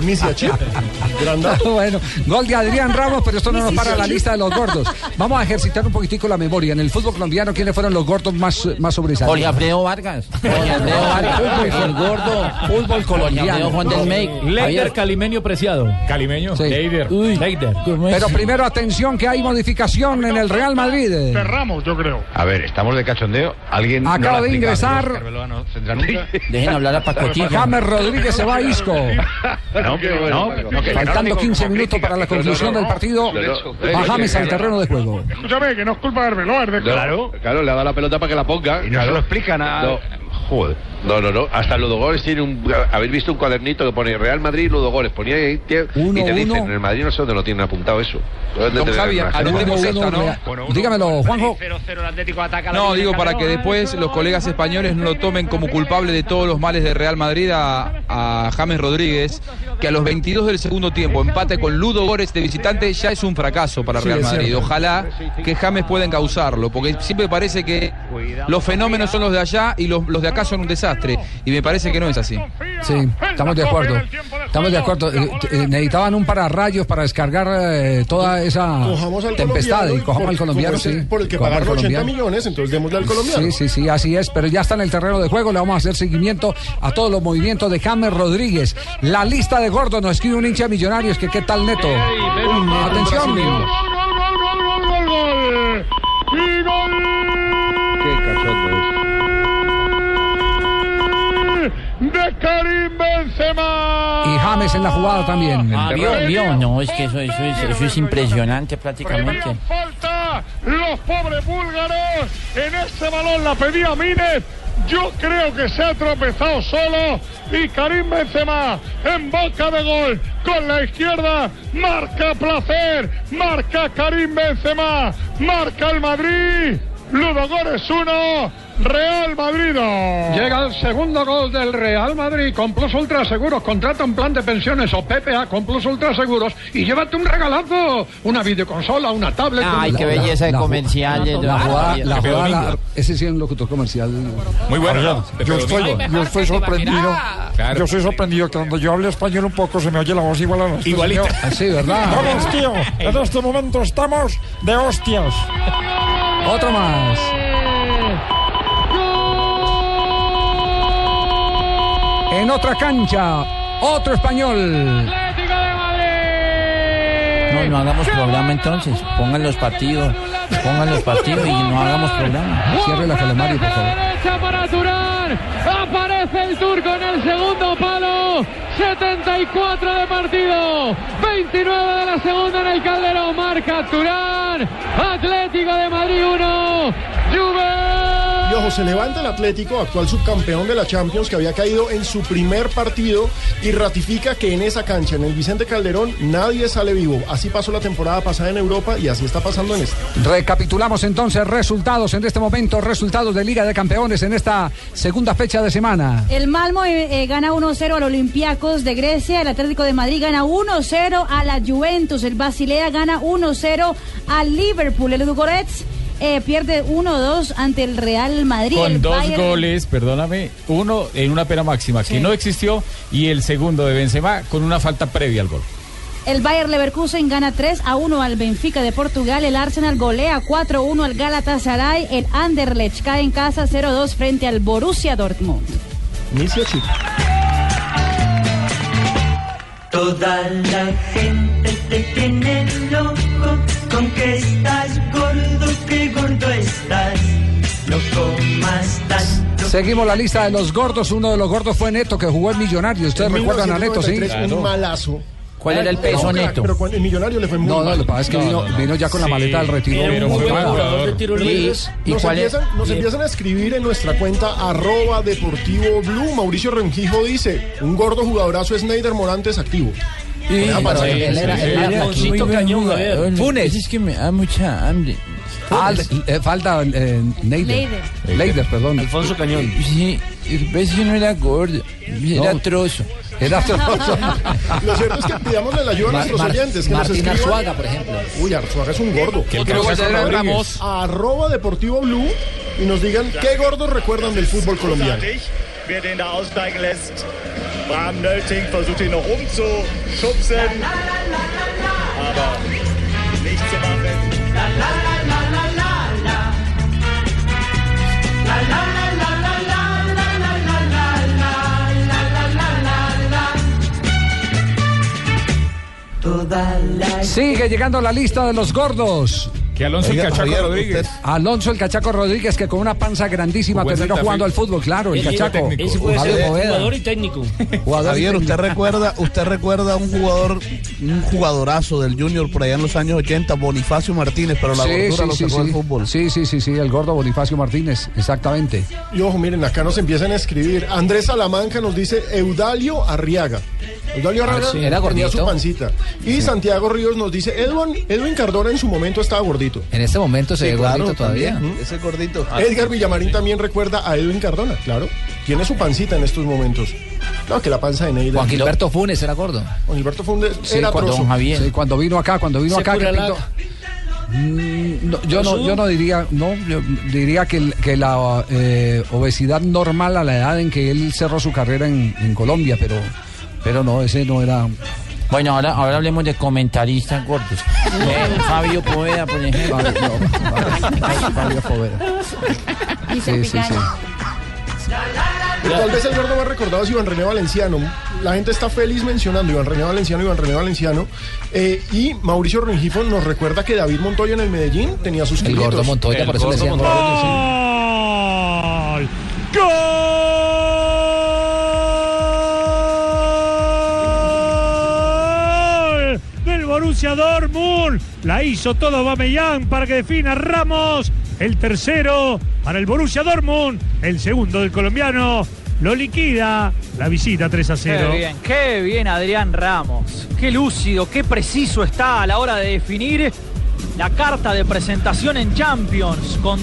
¿Miss y a Chip? bueno, gol de Adrián Ramos, pero esto no nos para la lista de los gordos. Vamos a ejercitar un poquitico la memoria. En el fútbol colombiano, ¿quiénes fueron los gordos más, eh, más sobresalientes? Jorge Alfredo Vargas. Jorge Alfredo Vargas. El gordo. Fútbol colombiano. Juan del Mey. Leider Calimenio Preciado. Calimeño. Leider. Uy. Leider. Pero primero, atención, que hay modificación en el Real Madrid. Ramos, yo creo. A ver, estamos de cachondeo. Alguien. Acaba la de aplica? ingresar. Arbeloa no tendrá nunca. Dejen hablar a Pacotín. James Rodríguez se va a Isco. No, pero no, no, que- Faltando 15 minutos para la conclusión del partido, Ah, va James al terreno de juego. Escúchame, que no es culpa de Arbeloa, Claro, claro, le da la pelota para que la ponga. Y no se lo explica nada. Joder. No, no, no. Hasta Ludogores tiene un. Habéis visto un cuadernito que pone Real Madrid, Ludogores. Ponía ahí. tío, y te uno. dicen, en el Madrid no sé dónde lo tienen apuntado eso. ¿Dónde Don te Javi, ven? al último uno, Real- Dígamelo, Juanjo. No, digo para que después los colegas españoles no lo tomen como culpable de todos los males de Real Madrid a, a James Rodríguez, que a los 22 del segundo tiempo empate con Ludo Górez de visitante ya es un fracaso para Sí, Real es cierto. Madrid. Ojalá que James pueda encauzarlo, porque siempre parece que los fenómenos son los de allá y los, los de acá fracaso en un desastre. Y me parece que no es así. Sí, estamos de acuerdo. Estamos de acuerdo. Eh, eh, necesitaban un pararrayos para descargar eh, toda esa Cojamos al tempestad colombiano y cojamos por- al colombiano. como es el- sí, por el que cojamos al pagaron 80 colombiano. millones, entonces démosle al colombiano. Sí, sí, sí, así es, pero ya está en el terreno de juego, le vamos a hacer seguimiento a todos los movimientos de James Rodríguez. La lista de gordos nos escribe un hincha de millonarios que qué tal neto. Mm, Atención. de Karim Benzema. Y James en la jugada también. Ah, vio, vio, no, es que eso, eso es, eso es impresionante prácticamente. Los pobres búlgaros en este balón la pedía Mínez. Yo creo que se ha tropezado solo y Karim Benzema en boca de gol con la izquierda marca placer, marca Karim Benzema, marca el Madrid. Ludogores 1, Real Madrid 2. Llega el segundo gol del Real Madrid con Plus Ultra Seguros. Contrata un plan de pensiones o PPA con Plus Ultra Seguros y llévate un regalazo, una videoconsola, una tablet. Ay, un- qué belleza de ju- comerciales, La don jugada, Javier. la Pepe jugada, la- Domingo. ese sí es un locutor comercial. Muy bueno, Ahora, Pepe yo, estoy, Domingo. yo estoy sorprendido. Yo estoy sorprendido que cuando yo hable español un poco se me oye la voz igual a los Igualita. Sí, ¿verdad? Vamos, tío. En este momento estamos de hostias. Otro más. En otra cancha, otro español. No, no hagamos programa entonces. Pongan los partidos, pongan los partidos y no hagamos programa. Cierre la calemario, por favor. derecha para Turán. Aparece el turco en el segundo palo. 74 de partido. 29 de la segunda en el Calderón. Marca Turán. Atlético de Madrid 1. Y ojo, se levanta el Atlético, actual subcampeón de la Champions, que había caído en su primer partido y ratifica que en esa cancha, en el Vicente Calderón, nadie sale vivo. Así pasó la temporada pasada en Europa y así está pasando en esta. Recapitulamos entonces resultados en este momento, resultados de Liga de Campeones en esta segunda fecha de semana. El Malmo eh, eh, gana 1-0 al Olympiacos de Grecia, el Atlético de Madrid gana 1-0 a la Juventus, el Basilea gana 1-0 al Liverpool, el Ludogorets eh, pierde 1-2 ante el Real Madrid. el Con dos Bayern- goles, perdóname, uno en una pena máxima que no existió y el segundo de Benzema con una falta previa al gol. El Bayer Leverkusen gana 3 a 1 al Benfica de Portugal, el Arsenal golea 4 a 1 al Galatasaray, el Anderlecht cae en casa 0 2 frente al Borussia Dortmund. Toda la gente te tiene loco con que estás gordo, que gordo estás. No comas tanto. Seguimos la lista de los gordos. Uno de los gordos fue Neto, que jugó en Millonario. Ustedes recuerdan a Neto, ¿sí? 1993, Un malazo. ¿Cuál era el peso Pero, neto? Pero cuando el millonario le fue muy No, no, mal. lo que pasa es que vino, vino ya con la maleta del retiro. muy mala. Pero entonces, nos empiezan, nos empiezan a escribir en nuestra cuenta arroba deportivo blue. Mauricio Renquijo dice, un gordo jugadorazo es Neider Morantes activo. Sí, Buena pero pasada. él era- él era flaquito, cañón, Javier. Es que me da mucha hambre. Ah, le- eh, falta eh, Neider. Leider. Leider, perdón. Alfonso Cañón. Sí, es que no era gordo, era No. trozo. Era trozo. Lo cierto es que pidámosle la ayuda a Mar- nuestros Mar- oyentes. Que nos Martín escriban. Arzuaga, por ejemplo. Uy, Arzuaga es un gordo. Que el Otro Caucaso gordo era Rodríguez. Ramos. Arroba deportivo blue y nos digan qué gordos recuerdan del fútbel colombiano. Großartig, wer den da aussteigen lässt. Bram Nölting versucht ihn noch umzuschubsen. Aber nichts zu machen. Sigue llegando la lista de los gordos. Que Alonso el Oiga, Cachaco Javier, Rodríguez. usted- Alonso el Cachaco Rodríguez, que con una panza grandísima Jugó en terminó Santa jugando Fe. al fútbol, claro, el Ese fue Cachaco. técnico. Ese puede Javier ser Boveda. jugador y técnico. Javier, usted recuerda, usted recuerda un jugador, un jugadorazo del Junior por allá en los años 80, Bonifacio Martínez, pero la Sí, gordura sí, lo sí, sacó del sí. Sí, sí, sí, sí, el gordo Bonifacio Martínez, exactamente. Y ojo, miren, acá nos empiezan a escribir. Andrés Salamanca nos dice Eudalio Arriaga. Eudalio Ah, Arriaga sí, era tenía su gordito. pancita. Y Santiago Ríos nos dice Edwin, Edwin Cardona en su momento estaba gordito. En este momento se Sí, ve claro, gordito todavía. también, ¿Mm? Ah, Ese gordito. Edgar Villamarín también recuerda a Edwin Cardona, claro. Tiene su pancita en estos momentos. Claro que la panza de Neida. Juan Gilberto Funes era gordo. Juan Gilberto Funes Sí, era cuando trozo. Javier. Sí, Ah, cuando vino acá, cuando vino acá, que Securalac. pintó, Mm, no, yo, no, yo no diría, no, yo diría que, el- que la eh, obesidad normal a la edad en que él cerró su carrera en, en Colombia, pero, pero no, ese no era. Bueno, ahora, ahora hablemos de comentaristas gordos. Eh, Fabio Poveda, por ejemplo. Fabio Poveda. Y Sí, sí, sí. Tal vez el gordo más recordado es Iván René Valenciano. La gente está feliz mencionando Iván René Valenciano, Iván René Valenciano. Eh, y Mauricio Rengifo nos recuerda que David Montoya en el Medellín tenía sus El gordo kilitos. Montoya, El por eso le gordo decían gordo, Montoya. sí. gol del Borussia Dortmund. La hizo todo Bameyang para que defina Ramos. El tercero para el Borussia Dortmund. El segundo del colombiano lo liquida. La visita 3 a 0. Qué bien, qué bien Adrián Ramos. Qué lúcido, qué preciso está a la hora de definir la carta de presentación en Champions, con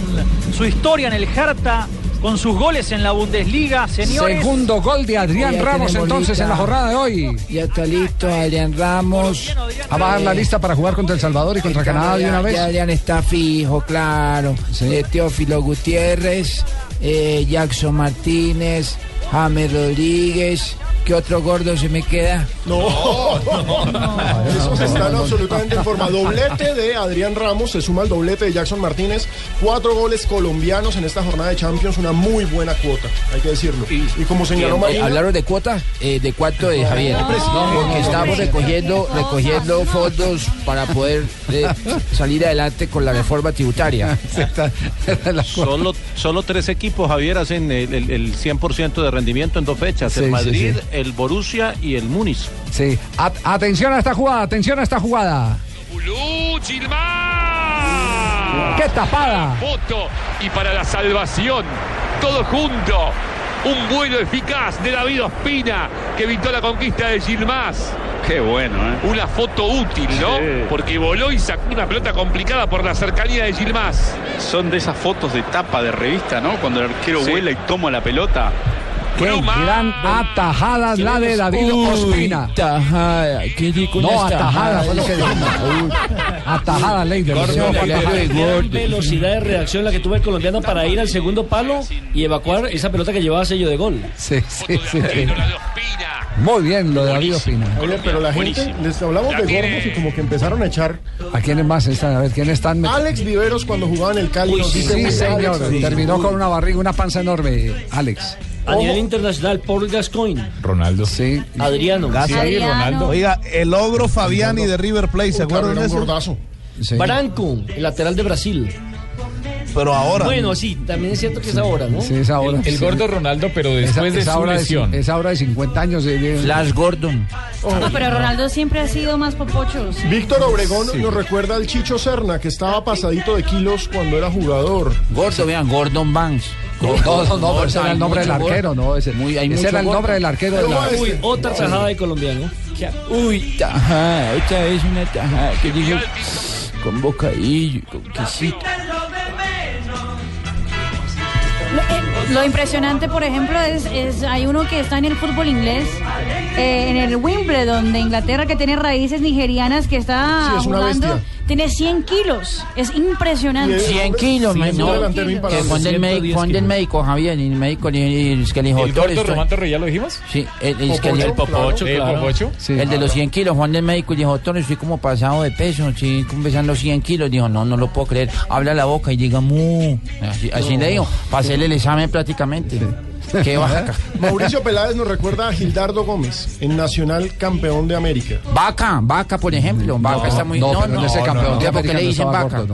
su historia en el Hertha, con sus goles en la Bundesliga, señores. Segundo gol de Adrián Ya Ramos tenemos entonces lista. en la jornada de hoy. Ya está listo Adrián Ramos. A bajar la lista para jugar contra El Salvador y contra Canadá de una Ya- vez. Ya Adrián está fijo, claro. Eh, Teófilo Gutiérrez, eh, Jackson Martínez, James Rodríguez. ¿Qué otro gordo se me queda? No, Esos están absolutamente en forma. Doblete de Adrián Ramos, se suma el doblete de Jackson Martínez. Cuatro goles colombianos en esta jornada de Champions, una muy buena cuota, hay que decirlo. Y como señaló Eh, Marina, ¿Hablaron de cuota? Eh, ¿De cuánto de Javier? No, porque estamos recogiendo, recogiendo fondos para poder eh, salir adelante con la reforma tributaria. Solo, solo tres equipos, Javier, hacen el, el- el 100% de rendimiento en dos fechas. Sí, el sí, Madrid, sí. el Borussia y el Muniz. Sí. At- atención a esta jugada, atención a esta jugada. ¡Qué tapada! Foto y para la salvación. Todo junto. Un vuelo eficaz de David Ospina que evitó la conquista de Gilmás. Qué bueno, ¿eh? Una foto útil, ¿no? Sí. Porque voló y sacó una pelota complicada por la cercanía de Gilmás. Son de esas fotos de tapa de revista, ¿no? Cuando el arquero vuela y toma la pelota. Qué gran atajada la de David Ospina. Tajada, qué rico. No, unas atajada, tajadas. fue lo que dijo. Atajada, Leider. Gordo, la gran- gran Gordo. velocidad de reacción la que tuvo el colombiano para ir al segundo palo y evacuar esa pelota que llevaba sello de gol. Sí, sí, sí. Muy bien lo de David Ospina. Oye, pero la gente, les hablamos de gordos y como que empezaron a echar. ¿A quiénes más están? A ver, ¿quiénes están? Alex Viveros cuando jugaba en el Cali. Uy, nos sí, dice, "Uy, señor. Alex, uy, Terminó uy". con una barriga, una panza enorme, Alex. A nivel internacional, Paul Gascoigne. Ronaldo. Sí. Adriano. Gas ahí, Ronaldo. Oiga, el ogro Fabiani de River Plate, ¿se acuerdan de eso? Branco, el lateral de Brasil. Pero ahora. Bueno, sí, también es cierto que es ahora, ¿no? Sí, es ahora. El gordo Ronaldo, pero después de su hora lesión. De, esa hora de 50 años. De, Flash Gordon. No, Ah, pero Ronaldo siempre ha sido más popocho. sí. Oh, Víctor Obregón Sí. nos recuerda al Chicho Serna, que estaba pasadito de kilos cuando era jugador. Gordo, vean, Gordon Banks. No, no, no, pero ese era el nombre del arquero, no. Ese, ese mucho era el gol. nombre del arquero. de la- Uy, otra tajada de colombiano. Uy, tajada, otra vez una tajada. Que dijo con bocadillo, y con quesito. Lo, eh, lo impresionante, por ejemplo, es, es- hay uno que está en el fútbol inglés, eh, en el Wimbledon de Inglaterra, que tiene raíces nigerianas, que está Sí, es una jugando, bestia. tiene 100 kilos, es impresionante. 100 kilos, Sí, man, no, no, delantero que imparable. fue del 110 médico, fue del médico, Javier, y el médico le- y es que le dijo, ¿El doctor, gordo estoy- Román Torre, ya lo dijimos? Sí, el, el, que le- El Popocho, ¿De claro. Popocho? Sí. el de Ah, los 100 kilos, Juan del médico, y dijo, doctor, estoy como pasado de peso, estoy como pesando 100 kilos. Dijo, no, no lo puedo creer, habla la boca y diga, mu. Así, así le dijo, para hacerle el examen prácticamente. Qué vaca. Mauricio Peláez nos recuerda a Gildardo Gómez, en Nacional campeón de América. Vaca, vaca, por ejemplo. Vaca No, está muy... no, pero en ese campeón de ¿por qué América le no dicen estaba vaca?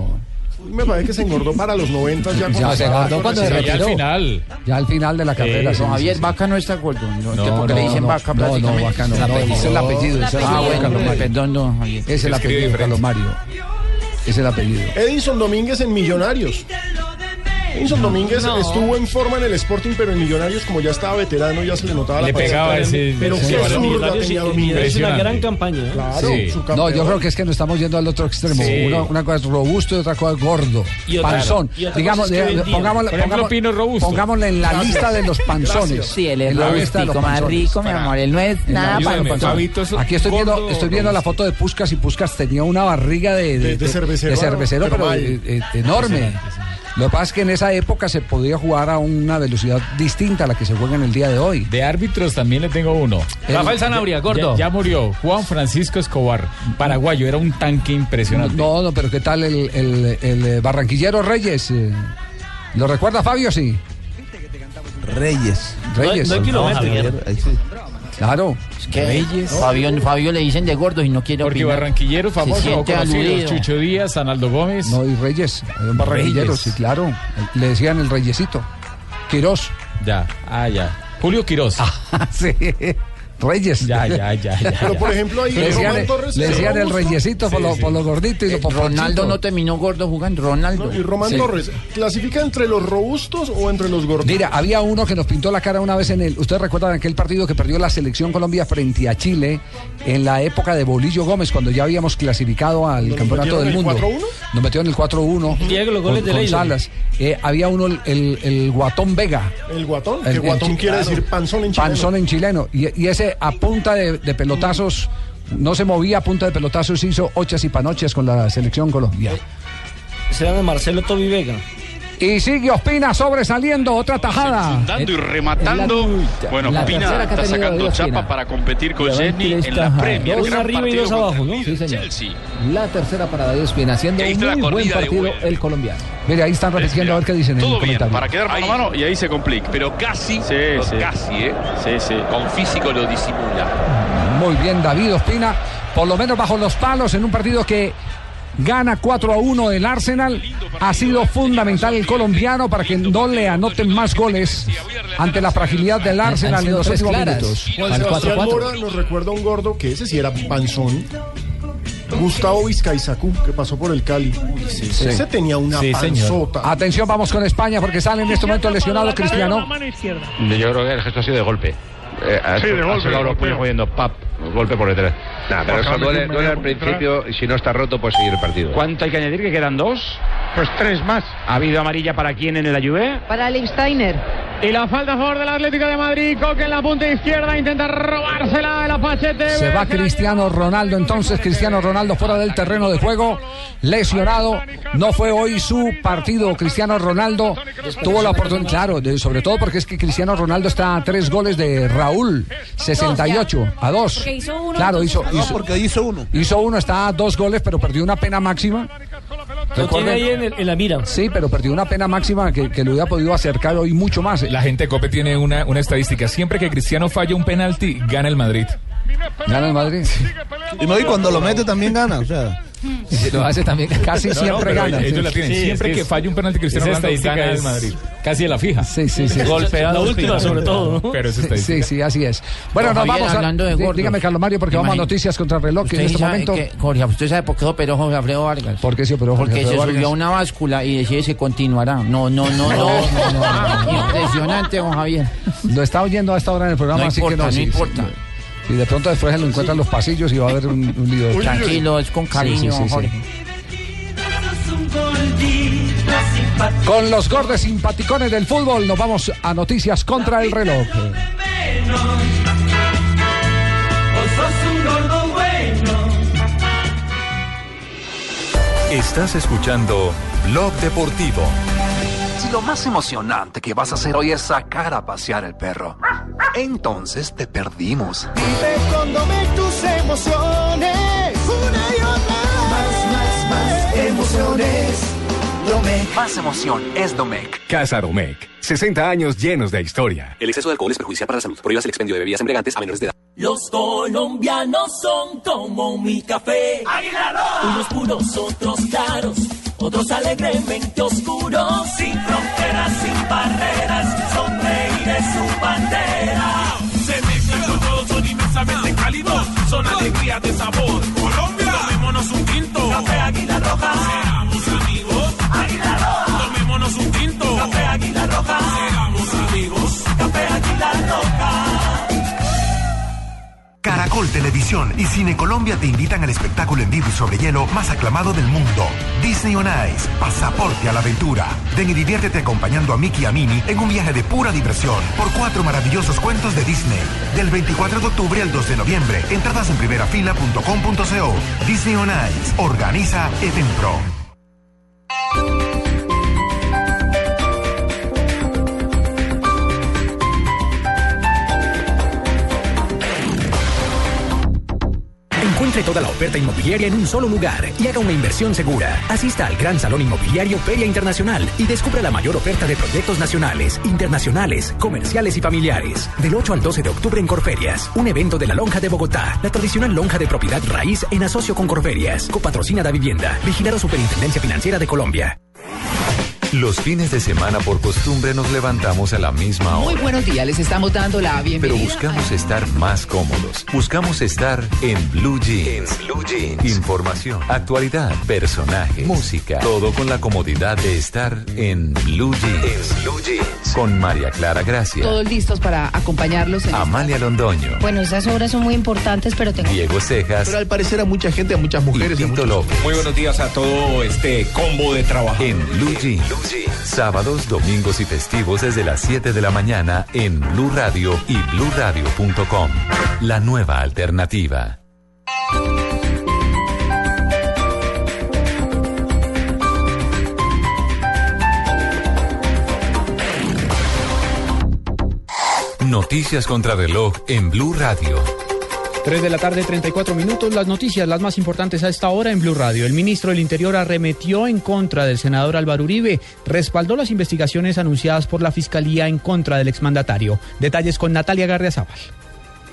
Me parece que se engordó para los 90 ya. Ya se engordó cuando se retiró. final. Ya al final de la carrera. sí, sí, no, Eh, Javier, sí. vaca no está gordo. No, No, que porque no, le dicen no, no, vaca no, prácticamente. vaca no, no, apellido. es el apellido, es el Ah, apellido. bueno, perdón, no, Javier. Es el apellido, Carlos Mario. Es el apellido. Edison Domínguez en Millonarios. Inson Domínguez no. estuvo en forma en el Sporting, pero en Millonarios, como ya estaba veterano, ya se le notaba la Le pancita. pegaba ese- Pero ese qué balón. zurda Millonarios tenía y- Domínguez. Es una gran campaña. ¿eh? Claro, Sí. su No, campeón. yo creo que es que nos estamos yendo al otro extremo. Sí. Una, una cosa es robusto y otra cosa es gordo. Y otra- panzón. y otra cosa Digamos, es que eh, vendían. pongámosle, Por ejemplo, pongámosle- Pino Robusto. pongámosle en la Gracias. lista de los panzones. Gracias. Sí, el En la lista de los robustico más panzones. rico, mi amor. El no es En la nada lista para de el los panzón. panzones. Aquí estoy viendo, estoy viendo la foto de Puscas y Puscas tenía una barriga de, De- de cervecero, de cervecero, pero normal. eh, eh, enorme. Lo que pasa es que en esa época se podía jugar a una velocidad distinta a la que se juega en el día de hoy. De árbitros también le tengo uno. Rafael Sanabria, Ya- gordo. Ya, ya murió. Juan Francisco Escobar, paraguayo, era un tanque impresionante. No, no, pero ¿qué tal el, el- el, eh, barranquillero Reyes? Eh, ¿Lo recuerda Fabio? Sí. Reyes. Reyes. Claro. ¿Qué? Reyes. Fabio, Fabio le dicen de gordo y no quiere Porque opinar. barranquilleros Se famosos o siente conocidos, aludido. Chucho Díaz, Analdo Gómez. No, y Reyes. Hay un barranquillero, Reyes. sí, claro. Le decían el Reyesito. Quirós. Ya, ah, ya. Julio Quirós. Ah, sí. Reyes. Ya, ya, ya, ya. Pero, por ejemplo, ahí Le decían, Román Torres le se decían dio el gusto. Reyesito por, Sí, lo, sí. por lo gordito y Eh, lo poponcito. Ronaldo no terminó gordo jugando, Ronaldo. Y Román Sí. Torres, ¿clasifica entre los robustos o entre los gordos? Mira, había uno que nos pintó la cara una vez en el. Ustedes recuerdan aquel partido que perdió la selección Colombia frente a Chile en la época de Bolillo Gómez, cuando ya habíamos clasificado al campeonato metieron del el mundo. 4-1? Nos metieron el 4-1. Diego, los goles con- de con Leyland. Salas. Eh, había uno, el, el- el Guatón Vega. El guatón, El- que el guatón chi- quiere claro. decir panzón en chileno. Panzón en chileno. Y, y ese a punta de, de pelotazos. No se movía a punta de pelotazos, hizo ochas y panochas con la selección Colombia. Será de Marcelo Toby Vega. Y sigue Ospina sobresaliendo, otra tajada. Dando y rematando. Bueno, la Pina tercera que está ha tenido sacando Diego chapa Ospina. para competir con Le van Jenny tres en la tajadas. Premier. Dos Gran arriba y partido dos abajo, contra ¿no? el Sí, señor. Chelsea. La tercera parada de Ospina, haciendo ahí un está la muy buen corrida de partido Huelva. el colombiano. Mira, ahí están repitiendo a ver qué dicen en el Todo bien, comentario. para quedar mano a mano y ahí se complica. Pero casi, casi, ¿eh? Con físico lo disimula. Muy bien, David Ospina, por lo menos bajo los palos en un partido que gana 4 a 1 el Arsenal. Ha sido fundamental el colombiano para que no le anoten más goles ante la fragilidad del Han Arsenal en sido los tres últimos claras. minutos. Juan Sebastián Mora nos recuerda a un gordo que ese sí era panzón. Gustavo Vizcaizacú, que pasó por el Cali. Sí. Ese tenía una Sí, señor. panzota. Atención, vamos con España porque sale en este momento lesionado Cristiano. Yo creo que el gesto ha sido de golpe. Eh, ha Sí, hecho- de ha golpe, sacado de los puños golpeo. jodiendo, pap, golpe por detrás. Nah, pero Ojalá eso duele, me duele al por detrás. principio y si no está roto, pues seguir el partido. ¿Cuánto hay que añadir? ¿Que quedan dos? Pues tres más. ¿Ha habido amarilla para quién en la Juve? Para Lichsteiner. Y la falta a favor del Atlético de Madrid. Coque en la punta izquierda intenta robársela de la Pachete. Se va Cristiano Ronaldo, entonces Cristiano Ronaldo fuera del terreno de juego, lesionado. No fue hoy su partido. Cristiano Ronaldo tuvo la oportunidad, claro, de- sobre todo porque es que Cristiano Ronaldo está a tres goles de Raúl, 68 a dos. Porque hizo uno, Claro, hizo, entonces- No, porque hizo uno. Hizo uno, está a dos goles, pero perdió una pena máxima. Lo tiene ahí en, la mira. Sí, pero perdió una pena máxima que, que lo hubiera podido acercar hoy mucho más. La gente de COPE tiene una, una estadística. Siempre que Cristiano falla un penalti, gana el Madrid. Gana el Madrid. Y no, y cuando lo mete también gana. O sea, Si lo hace también, casi siempre pero gana, Ellos sí. la tienen. Sí, siempre es que que es- falla un penalti Cristiano esa Ronaldo estadística gana el es- Madrid. Casi de la fija. Sí, sí, sí. Golpeado. Pero esa estadística. Sí, sí, así es. Bueno, Don nos Javier, vamos a... hablando de Dí- gordos. Dígame, Carlos Mario, porque vamos a Imagínate. noticias contra reloj que en Usted este sabe momento... Eh, que- Jorge, usted sabe por qué se operó Jorge Alfredo Vargas. ¿Por qué se operó Jorge Porque se Alfredo Vargas? subió a una báscula y decide que continuará. No, no, no, no. Impresionante, don Javier. Lo está oyendo a esta hora en el programa, No así que importa, no, no sí, sí, importa. sí. Y de pronto después se lo encuentra en los pasillos y va a haber un, un lío. Uy, Tranquilo, es con cariño, Jorge. Con los gordes simpaticones del fútbol nos vamos a noticias contra el reloj. Estás escuchando Blog Deportivo. Si lo más emocionante que vas a hacer hoy es sacar a pasear el perro, entonces te perdimos. Vive con Domecq tus emociones. Una y otra. Más, más, más emociones. Domecq. Más emoción es Domec. Casa Domecq, 60 años llenos de historia. El exceso de alcohol es perjudicial para la salud. Prohíbas el expendio de bebidas embriagantes a menores de edad. Los colombianos son como mi café. Unos puros, otros claros, otros alegremente oscuros. Sin fronteras, sin barreras, son de su bandera. Se mezclan con todos, son inmensamente cálidos, son alegría de sabor. Colombia, tomémonos un tinto. Café Águila Roja. Seamos amigos. Águila Roja. Tomémonos un tinto. Café Caracol Televisión y Cine Colombia te invitan al espectáculo en vivo y sobre hielo más aclamado del mundo. Disney on Ice, pasaporte a la aventura. Ven y diviértete acompañando a Mickey y a Minnie en un viaje de pura diversión por cuatro maravillosos cuentos de Disney. Del 24 de octubre al 2 de noviembre, entradas en primerafila.com.co. Disney on Ice, organiza Edenpro. Encuentre toda la oferta inmobiliaria en un solo lugar y haga una inversión segura. Asista al Gran Salón Inmobiliario Feria Internacional y descubra la mayor oferta de proyectos nacionales, internacionales, comerciales y familiares. Del 8 al 12 de octubre en Corferias, un evento de la Lonja de Bogotá, la tradicional lonja de propiedad raíz en asocio con Corferias, copatrocina da vivienda, vigilado Superintendencia Financiera de Colombia. Los fines de semana por costumbre nos levantamos a la misma Muy hora, buenos días, les estamos dando la pero bienvenida. buscamos estar más cómodos. Buscamos estar en Blue Jeans. Información, actualidad, personajes, música, todo con la comodidad de estar en Blue Jeans. Con María Clara Gracia, Todos listos para acompañarlos. En... Amalia Londoño, este- Bueno, esas obras son muy importantes, pero tengo Diego Cejas. Pero al parecer a mucha gente, a muchas mujeres y Tito López. Muy buenos días a todo este combo de trabajo. En Blue Jeans. Sábados, domingos y festivos desde las 7 de la mañana en Blue Radio y bluradio.com. La nueva alternativa. Noticias contra reloj en Blue Radio. 3 de la tarde, 34 minutos. Las noticias, las más importantes a esta hora en Blue Radio. El ministro del Interior arremetió en contra del senador Álvaro Uribe. Respaldó las investigaciones anunciadas por la fiscalía en contra del exmandatario. Detalles con Natalia Garriazábal.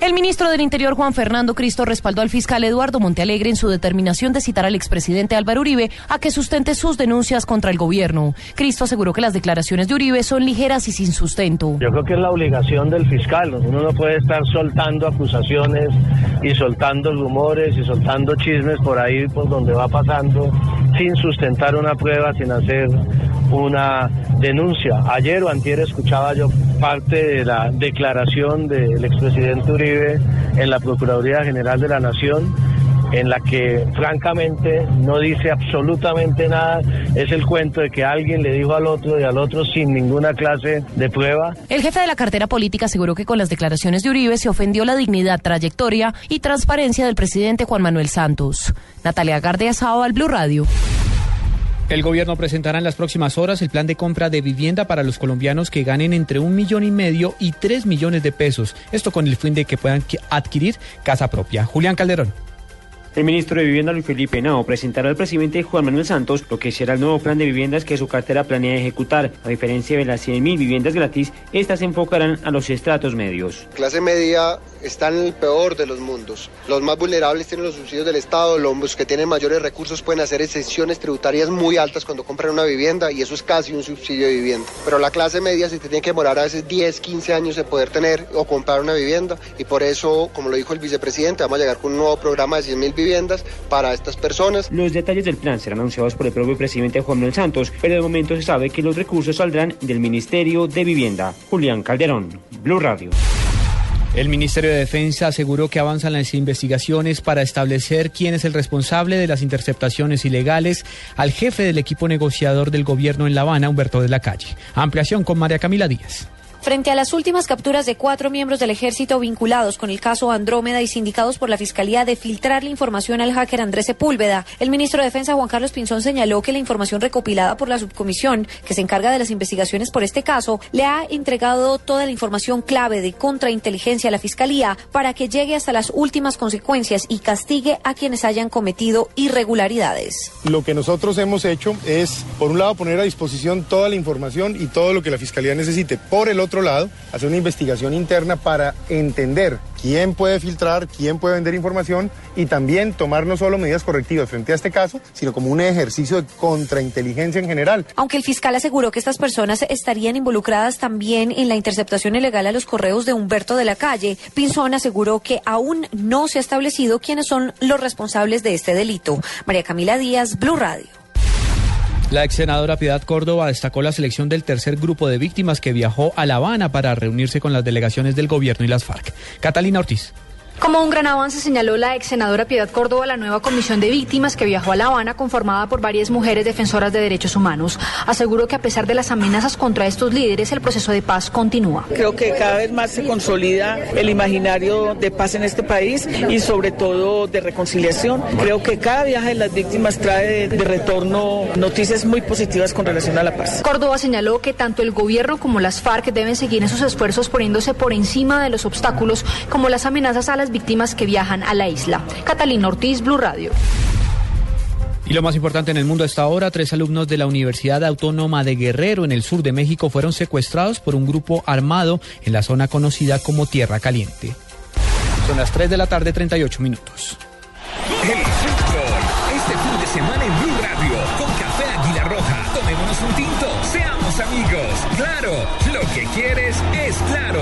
El ministro del Interior, Juan Fernando Cristo, respaldó al fiscal Eduardo Montealegre en su determinación de citar al expresidente Álvaro Uribe a que sustente sus denuncias contra el gobierno. Cristo aseguró que las declaraciones de Uribe son ligeras y sin sustento. Yo creo que es la obligación del fiscal. Uno no puede estar soltando acusaciones y soltando rumores y soltando chismes por ahí, por donde va pasando, sin sustentar una prueba, sin hacer una denuncia. Ayer o antier escuchaba yo parte de la declaración del expresidente Uribe en la Procuraduría General de la Nación en la que francamente no dice absolutamente nada. Es el cuento de que alguien le dijo al otro y al otro sin ninguna clase de prueba. El jefe de la cartera política aseguró que con las declaraciones de Uribe se ofendió la dignidad, trayectoria y transparencia del presidente Juan Manuel Santos. Natalia Gardea al Blue Radio. El gobierno presentará en las próximas horas el plan de compra de vivienda para los colombianos que ganen entre un millón y medio y tres millones de pesos. Esto con el fin de que puedan qui- adquirir casa propia. Julián Calderón. El ministro de Vivienda, Luis Felipe Henao, presentará al presidente Juan Manuel Santos lo que será el nuevo plan de viviendas que su cartera planea ejecutar. A diferencia de las 100.000 viviendas gratis, estas se enfocarán a los estratos medios. clase media está en el peor de los mundos. Los más vulnerables tienen los subsidios del Estado, los que tienen mayores recursos pueden hacer exenciones tributarias muy altas cuando compran una vivienda y eso es casi un subsidio de vivienda. Pero la clase media se tiene que demorar a veces 10, 15 años de poder tener o comprar una vivienda y por eso, como lo dijo el vicepresidente, vamos a llegar con un nuevo programa de 100 mil viviendas para estas personas. Los detalles del plan serán anunciados por el propio presidente Juan Manuel Santos, pero de momento se sabe que los recursos saldrán del Ministerio de Vivienda. Julián Calderón, Blue Radio. El Ministerio de Defensa aseguró que avanzan las investigaciones para establecer quién es el responsable de las interceptaciones ilegales al jefe del equipo negociador del gobierno en La Habana, Humberto de la Calle. Ampliación con María Camila Díaz. Frente a las últimas capturas de cuatro miembros del ejército vinculados con el caso Andrómeda y sindicados por la Fiscalía de filtrar la información al hacker Andrés Sepúlveda, el ministro de Defensa Juan Carlos Pinzón señaló que la información recopilada por la subcomisión que se encarga de las investigaciones por este caso le ha entregado toda la información clave de contrainteligencia a la Fiscalía para que llegue hasta las últimas consecuencias y castigue a quienes hayan cometido irregularidades. Lo que nosotros hemos hecho es, por un lado, poner a disposición toda la información y todo lo que la Fiscalía necesite. Por el otro lado, hacer una investigación interna para entender quién puede filtrar, quién puede vender información y también tomar no solo medidas correctivas frente a este caso, sino como un ejercicio de contrainteligencia en general. Aunque el fiscal aseguró que estas personas estarían involucradas también en la interceptación ilegal a los correos de Humberto de la Calle, Pinzón aseguró que aún no se ha establecido quiénes son los responsables de este delito. María Camila Díaz, Blue Radio. La ex senadora Piedad Córdoba destacó la selección del tercer grupo de víctimas que viajó a La Habana para reunirse con las delegaciones del gobierno y las FARC. Catalina Ortiz. Como un gran avance señaló la ex senadora Piedad Córdoba la nueva comisión de víctimas que viajó a La Habana conformada por varias mujeres defensoras de derechos humanos. Aseguró que a pesar de las amenazas contra estos líderes, el proceso de paz continúa. Creo que cada vez más se consolida el imaginario de paz en este país y sobre todo de reconciliación. Creo que cada viaje de las víctimas trae de retorno noticias muy positivas con relación a la paz. Córdoba señaló que tanto el gobierno como las FARC deben seguir en sus esfuerzos poniéndose por encima de los obstáculos como las amenazas a las víctimas que viajan a la isla. Catalina Ortiz, Blue Radio. Y lo más importante en el mundo hasta ahora, tres alumnos de la Universidad Autónoma de Guerrero en el sur de México fueron secuestrados por un grupo armado en la zona conocida como Tierra Caliente. Son las 3 de la tarde, 38 minutos. El fútbol, este fin de semana en Blue Radio, con Café Águila Roja. Tomémonos un tinto, seamos amigos. Claro, lo que quieres es claro.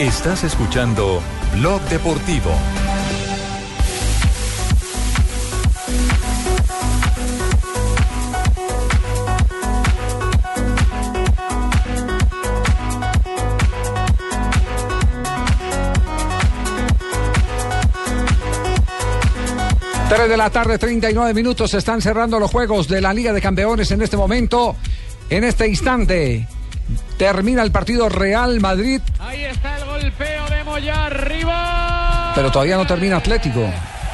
Estás escuchando Blog Deportivo. Tres de la tarde, 39 minutos. Se están cerrando los juegos de la Liga de Campeones en este momento. En este instante termina el partido Real Madrid, Ahí está el golpeo de Moya arriba. pero todavía no termina Atlético.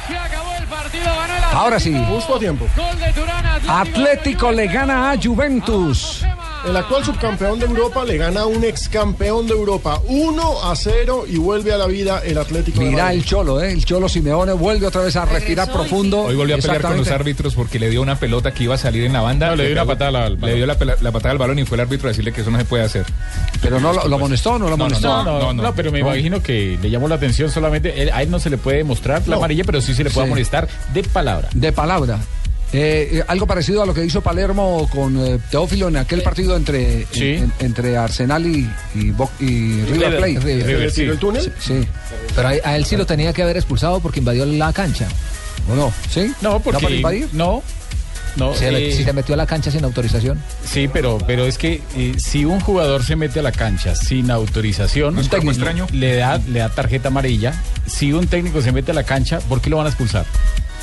Se acabó el partido, ganó el Ahora sí. Atlético. Justo a tiempo. Gol de Turán Atlético. Atlético le gana a Juventus. El actual subcampeón de Europa le gana a un ex campeón de Europa 1 a 0 y vuelve a la vida el Atlético de Mirá Madrid. el Cholo, ¿eh? El Cholo Simeone vuelve otra vez a respirar profundo. Hoy volvió a pelear con los Exactamente. árbitros porque le dio una pelota que iba a salir en la banda. No, le dio una patada al Le dio la, pela- la patada al balón y fue el árbitro a decirle que eso no se puede hacer. Pero no lo, amonestó o no lo amonestó. No, no, no, no, pero me imagino que le llamó la atención solamente. él- a él no se le puede mostrar la No. amarilla, pero sí se le puede Sí. molestar de palabra. De palabra. Eh, eh, algo parecido a lo que hizo Palermo con eh, Teófilo en aquel partido entre, Sí. en- entre Arsenal y, y Bo- y River River, Plate. River, River, sí. ¿Tiró el túnel? Sí. sí. Pero a, a él sí lo tenía que haber expulsado porque invadió la cancha. ¿O no? ¿Sí? No, porque- por invadir? No. No, Se le- eh, si se metió a la cancha sin autorización. Sí, pero, pero es que eh, si un jugador se mete a la cancha sin autorización, un técnico le da, le da tarjeta amarilla. Si un técnico se mete a la cancha, ¿por qué lo van a expulsar?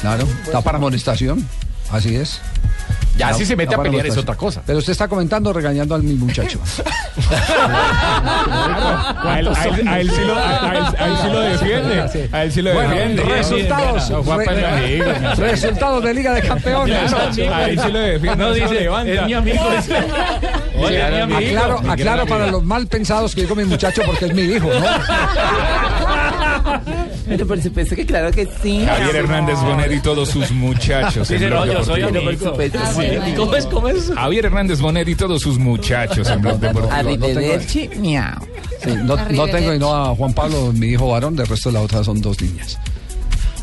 Claro, está para amonestación. Así es. Ya No, si se mete no a para pelear es amonestación. otra cosa. Pero usted está comentando regañando al mismo muchacho. A él, a él- a él sí lo, a- a él- a él sí lo defiende. A él sí lo Bueno, defiende. resultados. No, Juanpa es mi amigo, mi amigo. Resultados de Liga de Campeones. Claro, a él sí lo defiende. No, dice, es mi amigo. Oye, mi amigo. Aclaro, Mi gran aclaro amigo. para los mal pensados que digo mi muchacho porque es mi hijo, ¿no? Pero por supuesto que claro que sí. Javier Hernández Ah, Bonet y todos sus muchachos. en Dice, Blog no, yo soy Deportivo. amigo. Por Ah, supuesto, sí. ¿Cómo es? ¿Cómo es? Javier Hernández Bonet y todos sus muchachos en Blog Deportivo. Arrivederci, miau. Sí, no, no tengo y no a Juan Pablo, mi hijo varón, del resto de las otras son dos niñas.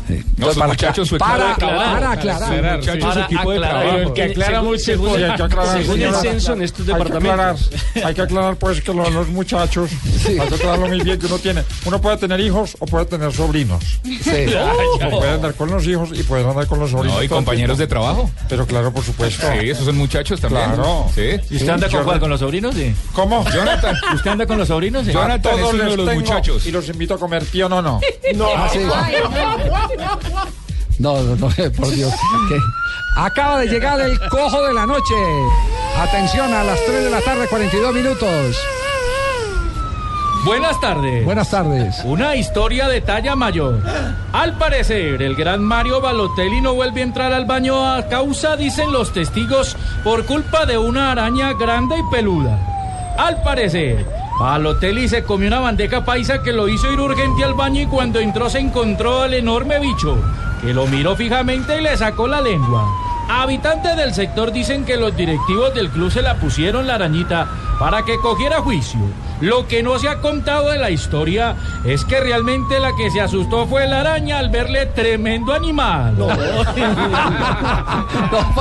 Sí. No, sus para muchachos, su equipo para, de trabajo. para aclarar. Sus muchachos, su equipo de trabajo. Pero el que aclara Según- mucho es según- Jorge. Hay que aclarar, según sí, el no. censo en estos Hay que departamentos. hay que aclarar pues que lo de los muchachos, hay que aclararlo muy bien que uno tiene. Uno puede tener hijos o puede tener sobrinos. Sí. O puede andar con los hijos y puede andar con los sobrinos. y todo el compañeros tiempo. de trabajo. Pero claro, por supuesto. Sí, esos son muchachos también. Claro. Sí. ¿Y usted anda con cuál, con los sobrinos? ¿Cómo? Jonathan. ¿Usted anda con los sobrinos? eh? Jonathan a es todos uno de les los tengo muchachos. Y los invito a comer, tío, no, no. No. Ah, sí. No, no, no, por Dios. ¿Qué? Acaba de llegar el cojo de la noche. Atención a las 3 de la tarde, 42 minutos. Buenas tardes. Buenas tardes. Una historia de talla mayor. Al parecer, el gran Mario Balotelli no vuelve a entrar al baño a causa, dicen los testigos, por culpa de una araña grande y peluda. Al parecer, Balotelli se comió una bandeja paisa que lo hizo ir urgente al baño y cuando entró se encontró al enorme bicho, que lo miró fijamente y le sacó la lengua. Habitantes del sector dicen que los directivos del club se la pusieron la arañita para que cogiera juicio. Lo que no se ha contado de la historia es que realmente la que se asustó fue la araña al verle tremendo animal. No,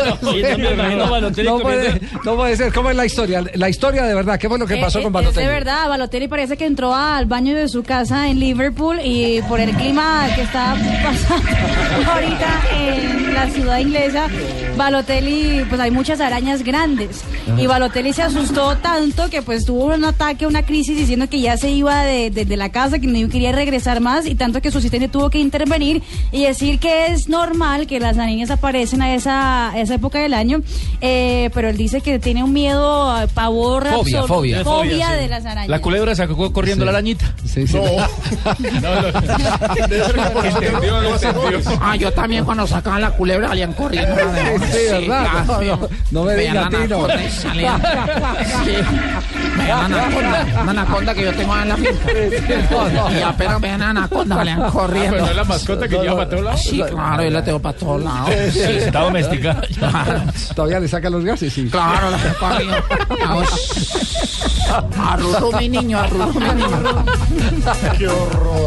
puede ser. pues, No puede ser. No puede, no puede ser. ¿Cómo es la historia? La historia de verdad. ¿Qué fue lo que Eh, pasó eh, con Es de Balotelli? verdad, Balotelli parece que entró al baño de su casa en Liverpool y por el clima que está pasando ahorita en la ciudad inglesa, Balotelli, pues hay muchas arañas grandes y Balotelli se asustó tanto que pues tuvo un ataque, una crisis diciendo que ya se iba de, de- de la casa, que no quería regresar más y tanto que su asistente tuvo que intervenir y decir que es normal que las arañas aparecen a esa, a esa época del año, eh, pero él dice que tiene un miedo, eh, pavor, Fobia, absoluto, fobia. fobia Fobia, sí. de las arañas. La culebra sacó corriendo la arañita. Sí, sí. Ah, yo también cuando sacaban la culebra salían corriendo. Sí, ¿verdad? No, no, no me Vean digas la latino. anaconda y salían. Sí, vean la anaconda, una anaconda que yo tengo en la finca. Y apenas vean la anaconda, salían corriendo. Ah, pero Pues no es la mascota que lleva para todos lados. Sí, claro, yo la tengo para todos lados. Sí. Está domesticada. Todavía le saca los gases, sí. Claro, la tengo arriba. Arrurú, mi niño, arrurú, mi niño. Qué horror.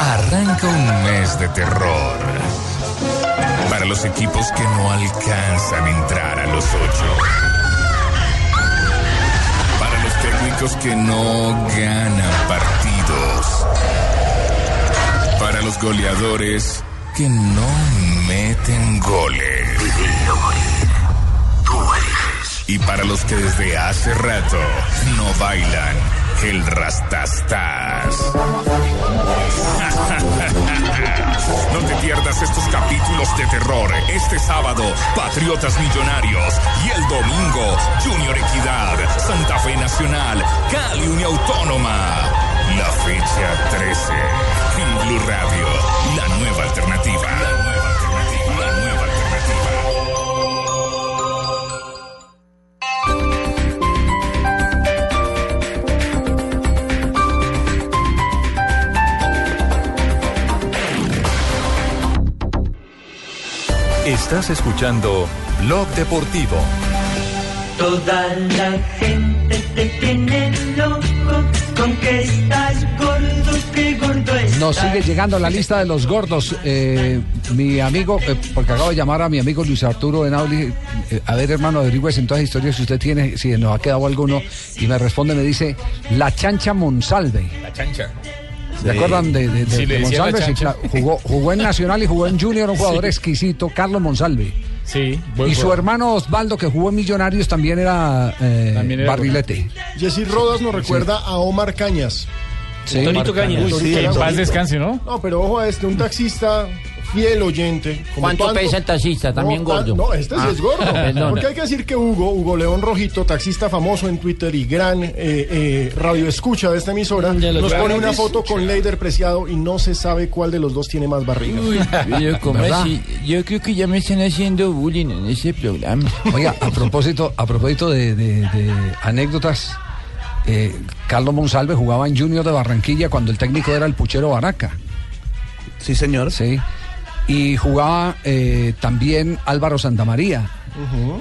Arranca un mes de terror. Para los equipos que no alcanzan a entrar a los ocho. Para los técnicos que no ganan partidos. Para los goleadores que no meten goles. Y para los que desde hace rato no bailan el rastastas. No te pierdas estos capítulos de terror. Este sábado, Patriotas Millonarios. Y el domingo, Junior Equidad, Santa Fe Nacional, Cali Unión Autónoma. La fecha 13. En Blue Radio, la nueva alternativa. La nueva alternativa. La nueva alternativa. Estás escuchando Blog Deportivo. Toda la gente te tiene loco con que estás gordo, que gordo es. Nos sigue llegando la lista de los gordos. Eh, mi amigo, eh, porque acabo de llamar a mi amigo Luis Arturo en Auli. eh, a ver, hermano, averigües en todas las historias si usted tiene, si nos ha quedado alguno. Y me responde, me dice, la chancha Monsalve. La chancha. ¿Se acuerdan de, de- de- Sí, le de decía la Monsalve? Sí, chancha. claro. jugó, jugó en Nacional y jugó en Junior, un jugador Sí. exquisito, Carlos Monsalve. Sí, y su hermano Osvaldo, que jugó en Millonarios, también era, eh, También era barrilete. Jessy Rodas nos recuerda a Omar Cañas. Sí, Tonito Omar Cañas. Cañas. Tonito Sí, Cañas. en paz descanse, ¿no? No, pero ojo a este, un taxista fiel oyente. como ¿Cuánto pesa el taxista? También No, cua- gordo. No, este sí Ah, es gordo. perdón. Porque hay que decir que Hugo, Hugo León Rojito, taxista famoso en Twitter y gran eh, eh, radioescucha de esta emisora, lo nos creo. pone una foto con Leider Preciado y no se sabe cuál de los dos tiene más barriga. Pero ¿cómo ¿Verdad? así? Yo creo que ya me están haciendo bullying en ese programa. Oiga, a propósito, a propósito de, de- de anécdotas, eh, Carlos Monsalve jugaba en Junior de Barranquilla cuando el técnico era el Puchero Baraca. Sí, señor. Sí. Y jugaba eh, también Álvaro Santamaría.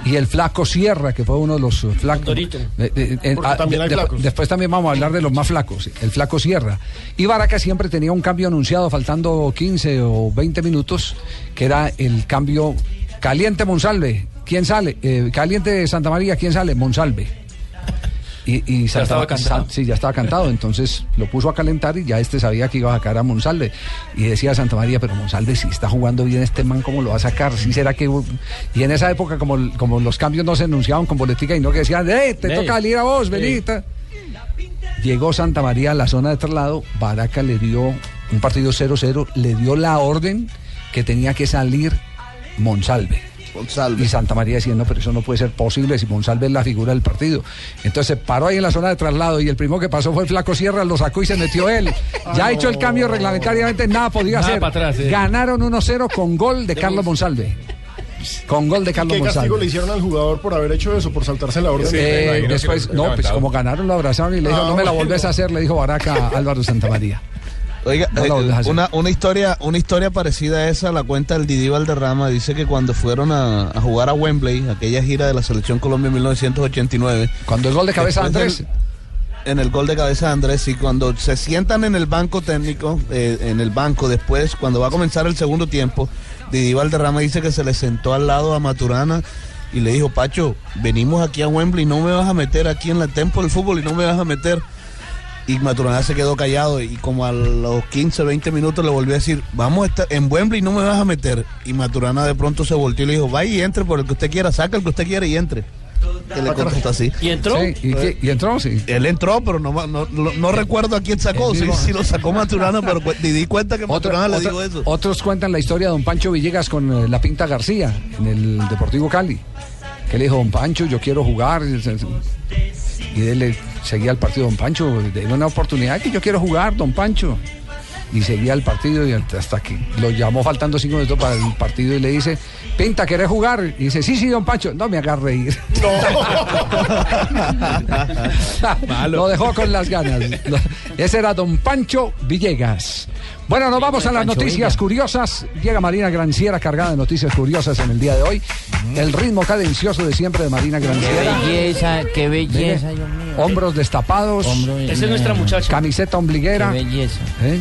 Y el flaco Sierra, que fue uno de los eh, flacos. De- de- de- Porque ah, también de- hay de- flacos. después también vamos a hablar de los más flacos, sí, el flaco Sierra. Y Baraca siempre tenía un cambio anunciado, faltando 15 o 20 minutos, que era el cambio caliente Monsalve. ¿Quién sale? Eh, caliente Santa María, ¿quién sale? Monsalve. Y, y Ya Santa- estaba cantado. Sa- sí, ya estaba cantado. Entonces lo puso a calentar y ya este sabía que iba a sacar a Monsalve. Y decía Santa María, pero Monsalve, si está jugando bien este man, ¿cómo lo va a sacar? ¿Sí será que.? hu-?" Y en esa época, como, como los cambios no se anunciaban con boletica y no que decían, ¡eh! Te Ey. toca salir a vos, Ey. Benita. Llegó Santa María a la zona de traslado. Baraca le dio un partido 0-0, le dio la orden que tenía que salir Monsalve. Y Santa María diciendo, pero eso no puede ser posible si Monsalve es la figura del partido. Entonces paró ahí en la zona de traslado y el primero que pasó fue Flaco Sierra, lo sacó y se metió él. Ya ha hecho el cambio reglamentariamente, nada podía Ah, Nada hacer. para atrás, eh. Ganaron 1-0 con gol de Carlos Monsalve. Con gol de Carlos ¿Qué Monsalve. castigo le hicieron al jugador por haber hecho eso, por saltarse la orden? Sí, de- eh, después, no, pues como ganaron lo abrazaron y le dijo, Ah, no me la bueno. volvés a hacer, le dijo "Ah, Baraca a Álvaro Santamaría. Oiga, No la eh, volvés a hacer. una, una, historia, una historia parecida a esa la cuenta el Didi Valderrama. Dice que cuando fueron a, a jugar a Wembley, aquella gira de la Selección Colombia en 1989. Cuando el gol de cabeza de Andrés. en el gol de cabeza de Andrés, y cuando se sientan en el banco técnico, eh, en el banco después, cuando va a comenzar el segundo tiempo, Didi Valderrama dice que se le sentó al lado a Maturana. Y le dijo, Pacho, venimos aquí a Wembley, no me vas a meter aquí en la Tempo del Fútbol y no me vas a meter. Y Maturana se quedó callado y como a los 15, 20 minutos le volvió a decir, vamos a estar en Wembley, no me vas a meter. Y Maturana de pronto se volteó y le dijo, vaya y entre por el que usted quiera, saca el que usted quiera y entre. Que le contestó así. ¿Y entró? Sí, ¿y qué? entró? Sí. Él entró, pero no, no, no- no recuerdo a quién sacó, Él si, mismo. si lo sacó Maturana, pero cu- di cuenta que Otro- Maturana le otro- dijo eso. Otros cuentan la historia de don Pancho Villegas con eh, la Pinta García en el Deportivo Cali. Que le dijo, don Pancho, yo quiero jugar. Y él le seguía el partido, don Pancho, denme una oportunidad que yo quiero jugar, don Pancho. Y seguía el partido y hasta que lo llamó faltando cinco minutos para el partido y le dice, Pinta, ¿querés jugar? Y dice, sí, sí, don Pancho, no me hagas reír. Lo dejó con las ganas. Lo- Ese era don Pancho Villegas. Bueno, nos vamos a las Pancho noticias Villa. curiosas. Llega Marina Granciera cargada de noticias curiosas en el día de hoy. El ritmo cadencioso de siempre de Marina Granciera. Qué belleza, qué belleza, Mire, Hombros destapados. Esa es nuestra muchacha. Camiseta ombliguera. Qué belleza. ¿eh?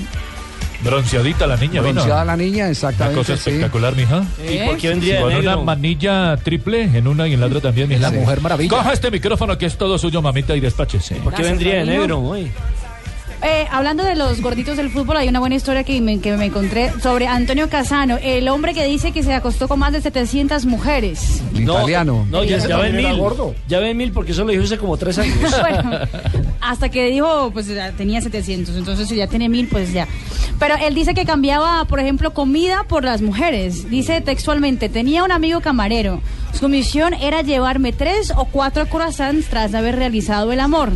Bronceadita la niña, vino. Bronceada la niña, Una exactamente. cosa sí. espectacular, mija. ¿Y por qué vendría de Con negro? una manilla triple en una y en la otra también, mija. La Mujer Maravilla. Coja este micrófono que es todo suyo, mamita, y despáchese. ¿Por qué vendría de Gracias, negro, hoy? Eh, hablando de los gorditos del fútbol, hay una buena historia que me, que me encontré sobre Antonio Casano, el hombre que dice que se acostó con más de 700 mujeres. italiano. No, ya, Ese ya ven también era mil. gordo. Ya ven mil porque eso lo dijo hace como tres años. Bueno, hasta que dijo, pues ya tenía 700, entonces si ya tiene 1000, pues ya. Pero él dice que cambiaba, por ejemplo, comida por las mujeres. Dice textualmente, tenía un amigo camarero. Su misión era llevarme tres o cuatro croissants tras haber realizado el amor.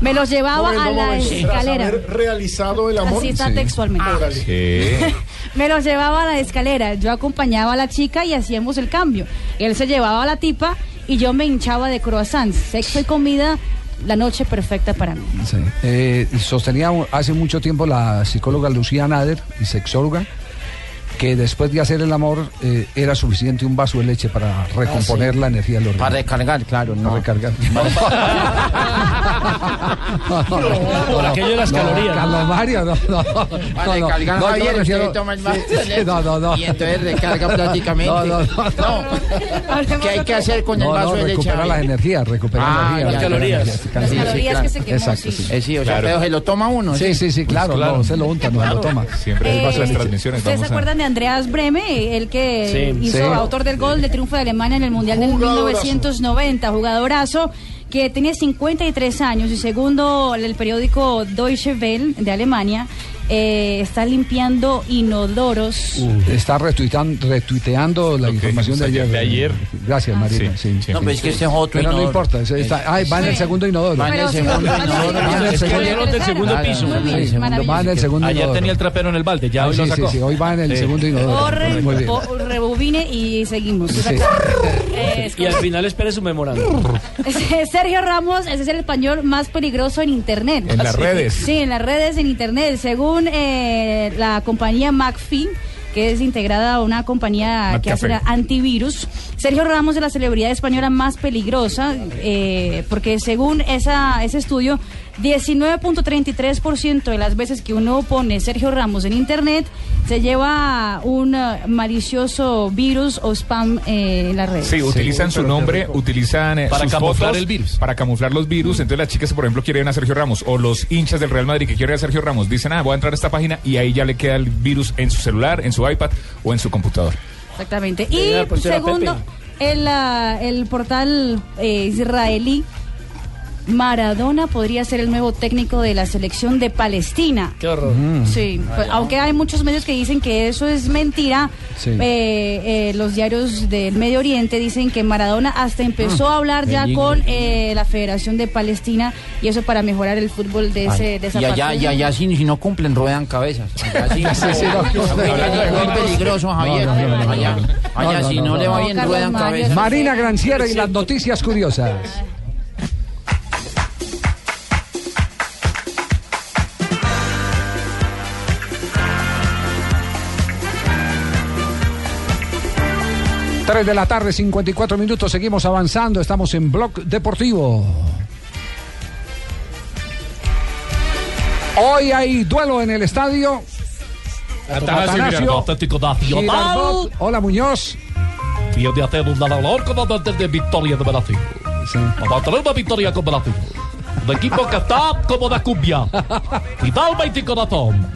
Me los llevaba Momento, a la momento. Tras escalera. haber realizado el amor. Así está textualmente. Órale. Me los llevaba a la escalera, yo acompañaba a la chica y hacíamos el cambio. Él se llevaba a la tipa y yo me hinchaba de croissants, sexo y comida, la noche perfecta para mí. Sí. Eh, y sostenía u- hace mucho tiempo la psicóloga Lucía Nader, y sexóloga, que después de hacer el amor eh, era suficiente un vaso de leche para recomponer la energía del organismo. Ah, Para recargar, claro, no. Para recargar. No, no, no, Por no, aquello de las no, calorías, ¿no? Carlos Mario, no, no, no, Para no, recargar, no, yo Javier, refiero- usted toma el vaso Sí, de sí, leche no, no, no. y entonces recarga prácticamente. No, no, no, no. ¿Qué hay que hacer con el No, no, vaso de leche? recupera las energías, recupera Ah, energía, las recupera calorías. energía, Las calorías claro. que se quemó, Exacto, sí. sí. Eh, sí, o sea, pero se lo toma uno, Sí, ¿sí? sí, sí, claro, Pues claro. no, se lo unta, no se lo toma. Eh, ¿Ustedes se acuerdan de Andreas Breme, el que Sí. hizo Sí. autor del gol de triunfo de Alemania en el Mundial del Jugadorazo. 1990, jugadorazo que tiene 53 años y segundo el periódico Deutsche Welle de Alemania eh, está limpiando inodoros. Está retuitan- retuiteando la información de o sea, ayer. de ayer. Ah, Gracias, Marina. Sí, sí. sí. No, pero es que ese es Pero otro no inodoro. importa. ese está- ay, va en el Sí. segundo inodoro. Va en el segundo inodoro. el Es que segundo- volvieron del segundo Claro, piso. sí, Muy bien, maravilloso. Va en el segundo Ayer inodoro. tenía el trapero en el balde, ya Ah, hoy sí, lo sí, sacó. sí, hoy va en el Sí. segundo inodoro. Corre, Muy bien. po- rebobine y seguimos. Sí. Eh, es Y al final espere su memorándum. Sergio Ramos ese es el español más peligroso en Internet. En las Sí. redes. Sí, en las redes, en Internet. Según eh, la compañía McAfee, que es integrada a una compañía que hace McAfee. antivirus, Sergio Ramos es la celebridad española más peligrosa, eh, porque según esa, ese estudio, 19.33% de las veces que uno pone Sergio Ramos en Internet, se lleva un eh, malicioso virus o spam eh, en las redes. Sí, utilizan su nombre, utilizan eh, Para sus camuflar fotos el virus. Para camuflar los virus. Entonces las chicas, por ejemplo, quieren a Sergio Ramos o los hinchas del Real Madrid que quieren a Sergio Ramos dicen, ah, voy a entrar a esta página y ahí ya le queda el virus en su celular, en su iPad o en su computador. Exactamente. Le da la Y pulsera a segundo, el, ah, el portal eh, israelí Maradona podría ser el nuevo técnico de la selección de Palestina. Qué horror. Sí, pues, aunque hay muchos medios que dicen que eso es mentira, Sí. eh, eh, los diarios del Medio Oriente dicen que Maradona hasta Mm. empezó a hablar ya Medellín, con eh, la Federación de Palestina y eso para mejorar el fútbol de, ese, de esa y allá, parte. y allá si, si no cumplen, ruedan cabezas. Allá sí, Sí, sí, no. es muy peligroso, Javier. No, no, no, no, allá, no, no. allá si no, le va bien, ruedan cabezas. Marina Granciera y las noticias curiosas. Tres de la tarde, 54 minutos, seguimos avanzando, estamos en Blog Deportivo. Hoy hay duelo en el estadio. Atanasio Girardot, Atlético Nacional. Girardot. Hola Muñoz. Viene de hacer un ganador como antes de victoria de Brasil. Vamos a tener una victoria con Brasil. El equipo que está como la cumbia. Y da el 20 corazón.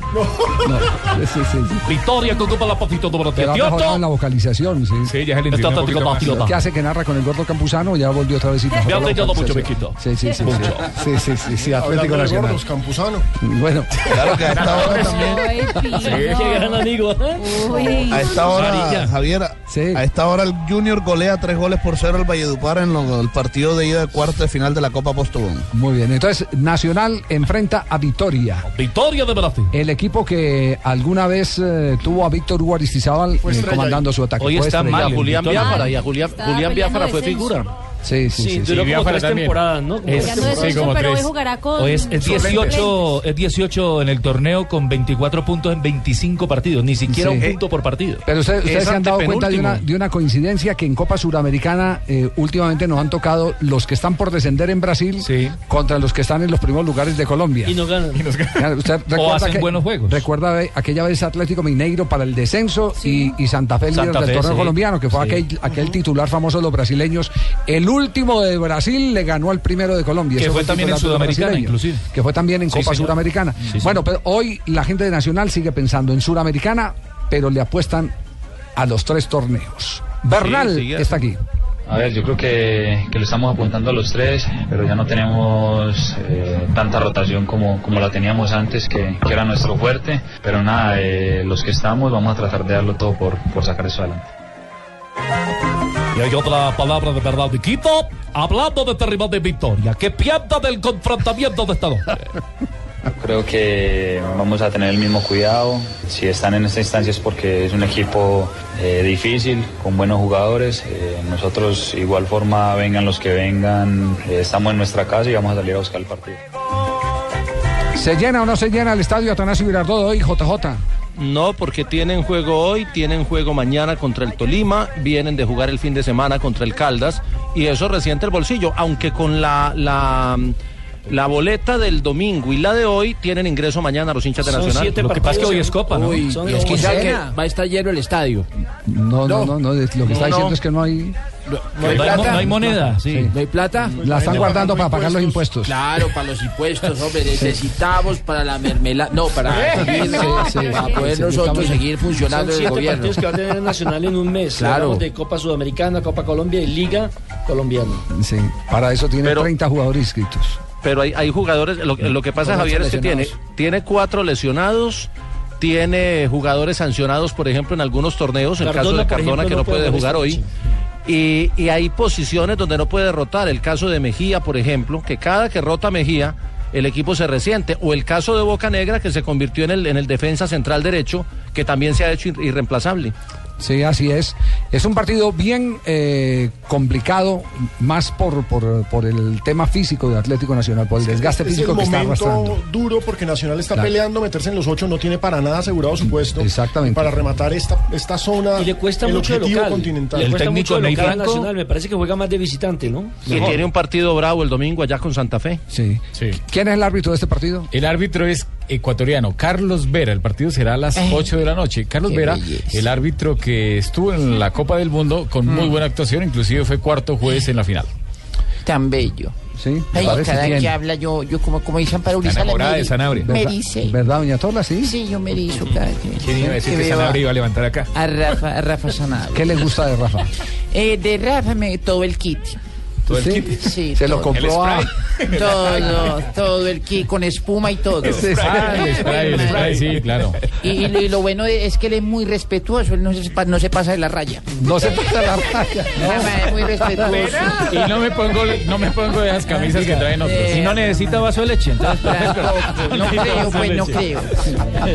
Victoria con Copa la Patito de Brasil. Pero ha mejorado en la vocalización, sí. Sí, ya es el Está Atlético Nacional. ¿Qué hace que narra con el gordo Campuzano? Ya volvió otra vez y mejoró Me la han reñado mucho, vocalización. Bequito. Sí, sí, sí. Mucho. Sí, sí, sí, sí, sí, Atlético Hablando de Nacional. gordos, Campuzano. Bueno. Claro que a esta hora también. Qué gran amigo. A esta hora, Amarilla. Javier, a esta hora el Junior golea tres goles por cero al Valledupar en lo- el partido de ida de cuarto de final de la Copa Postobón. Muy bien, entonces Nacional enfrenta a Vitoria. Victoria de Brasil. El equipo que alguna vez eh, tuvo a Víctor Hugo Aristizábal eh, estrella comandando su ataque. Hoy Fue está estrella. mal, Victoria. Julián Biafara, y a Julián, Estaba Julián peleando Biafara fue descenso. figura. Sí, sí, sí. duró como tres temporadas, ¿no? Como Es- tres temporadas. sí, como pero hoy tres. jugará con- Hoy es, es Suplentes. 18, es 18 en el torneo con 24 puntos en 25 partidos, ni siquiera Sí. un punto por partido. Pero usted- ustedes, Es se han dado cuenta de una, antepenúltimo. de una coincidencia que en Copa Suramericana eh, últimamente nos han tocado los que están por descender en Brasil contra los que están en los primeros lugares de Colombia. Y nos ganan. Claro, usted recuerda hacen buenos juegos. Recuerda de aquella vez Atlético Mineiro para el descenso y, y Santa Fe, líder Santa del Fe, torneo sí. colombiano, que fue Sí. aquel, aquel titular famoso de los brasileños. El último de Brasil le ganó al primero de Colombia. Que Ese fue el también en titular de los Sudamericana, brasileños, inclusive. Que fue también en Sí, Copa señor. Suramericana. bueno, pero hoy la gente de Nacional sigue pensando en Suramericana, pero le apuestan a los tres torneos. Bernal Sí, sí, está aquí. A ver, yo creo que, que lo estamos apuntando a los tres, pero ya no tenemos eh, tanta rotación como, como la teníamos antes, que, que era nuestro fuerte. Pero nada, eh, los que estamos vamos a tratar de darlo todo por, por sacar eso adelante. Y hay otra palabra de verdad de Quito, hablando de este rival de Victoria, que pierda del confrontamiento de este esta noche. Creo que vamos a tener el mismo cuidado. Si están en esta instancia es porque es un equipo eh, difícil, con buenos jugadores. Eh, nosotros, igual forma, vengan los que vengan, eh, estamos en nuestra casa y vamos a salir a buscar el partido. ¿Se llena o no se llena el estadio Atanasio Girardot hoy, JJ? No, porque tienen juego hoy, tienen juego mañana contra el Tolima, vienen de jugar el fin de semana contra el Caldas y eso resiente el bolsillo, aunque con la, la, la boleta del domingo y la de hoy tienen ingreso mañana los hinchas de Son Nacional. siete Lo que pasa es que partidos hoy en- es Copa, ¿no? Uy, Son y es como que ya que llena. va a estar lleno el estadio. No, no, no, no, es- lo que está No, diciendo no. es que no hay... No hay plata. Sí. No hay plata. La están guardando para pagar los impuestos. Claro, para los impuestos, hombre, necesitamos para la mermelada, no, para, Sí, Eh, sí, sí. para pues poder Sí, nosotros estamos- seguir funcionando Son el siete gobierno. partidos que va a tener Nacional en un mes. Claro. Hablamos de Copa Sudamericana, Copa Colombia y Liga Colombiana. Sí, para eso tiene 30 jugadores inscritos. Pero hay, hay jugadores, lo, lo que pasa, Con Javier, ocho es que tiene, lesionados. tiene cuatro lesionados, tiene jugadores sancionados, por ejemplo, en algunos torneos, el caso Cardona, de por Cardona ejemplo, que no no puede puede jugar jugar esta hoy. Y, y hay posiciones donde no puede rotar. El caso de Mejía, por ejemplo, que cada que rota Mejía, el equipo se resiente. O el caso de Boca Negra, que se convirtió en el, en el defensa central derecho, que también se ha hecho ir- irreemplazable. Sí, así es. Es un partido bien eh, complicado, más por, por, por el tema físico de Atlético Nacional, por el desgaste Es el físico que está arrastrando. momento duro porque Nacional está Claro. peleando meterse en los ocho, no tiene para nada asegurado su puesto. Exactamente. Para rematar esta, esta zona. Y le cuesta el mucho el objetivo local. continental. Le cuesta mucho el local nacional. Me parece que juega más de visitante, ¿no? Que tiene un partido bravo el domingo allá con Santa Fe. Sí. ¿Quién es el árbitro de este partido? El árbitro es ecuatoriano, Carlos Vera. El partido será a las Eh. 8 de la noche. Carlos qué Vera, belleza. el árbitro que estuvo en la Copa del Mundo con Mm. muy buena actuación, inclusive fue cuarto juez en la final. Tan bello. Sí, Ay, parece cada bien. que habla yo, yo como, como dicen para Urizar, enamorada me- de Sanabria. Me ¿Verdad? dice. ¿Verdad, doña Torla? Sí. Sí, yo me erizo cada que me- ¿Quién iba a decir que que veo Sanabria iba a levantar acá? A Rafa, a Rafa Sanabria. ¿Qué le gusta de Rafa? Eh, de Rafa me todo el kit. ¿Todo el Sí, kit? Sí, Se lo todo. compró a- El Todo, todo el kit, con espuma y todo. Ese spray. Ah, el spray, el spray, sí, claro. Y, y lo, y lo bueno es que él es muy respetuoso, él no se, pa- no se pasa de la raya. No se pasa la raya. Rafa es muy respetuoso. Y no me pongo, no me pongo de esas camisas que traen otros. Si no necesita vaso de leche, entonces Tampoco, no creo, pues no creo.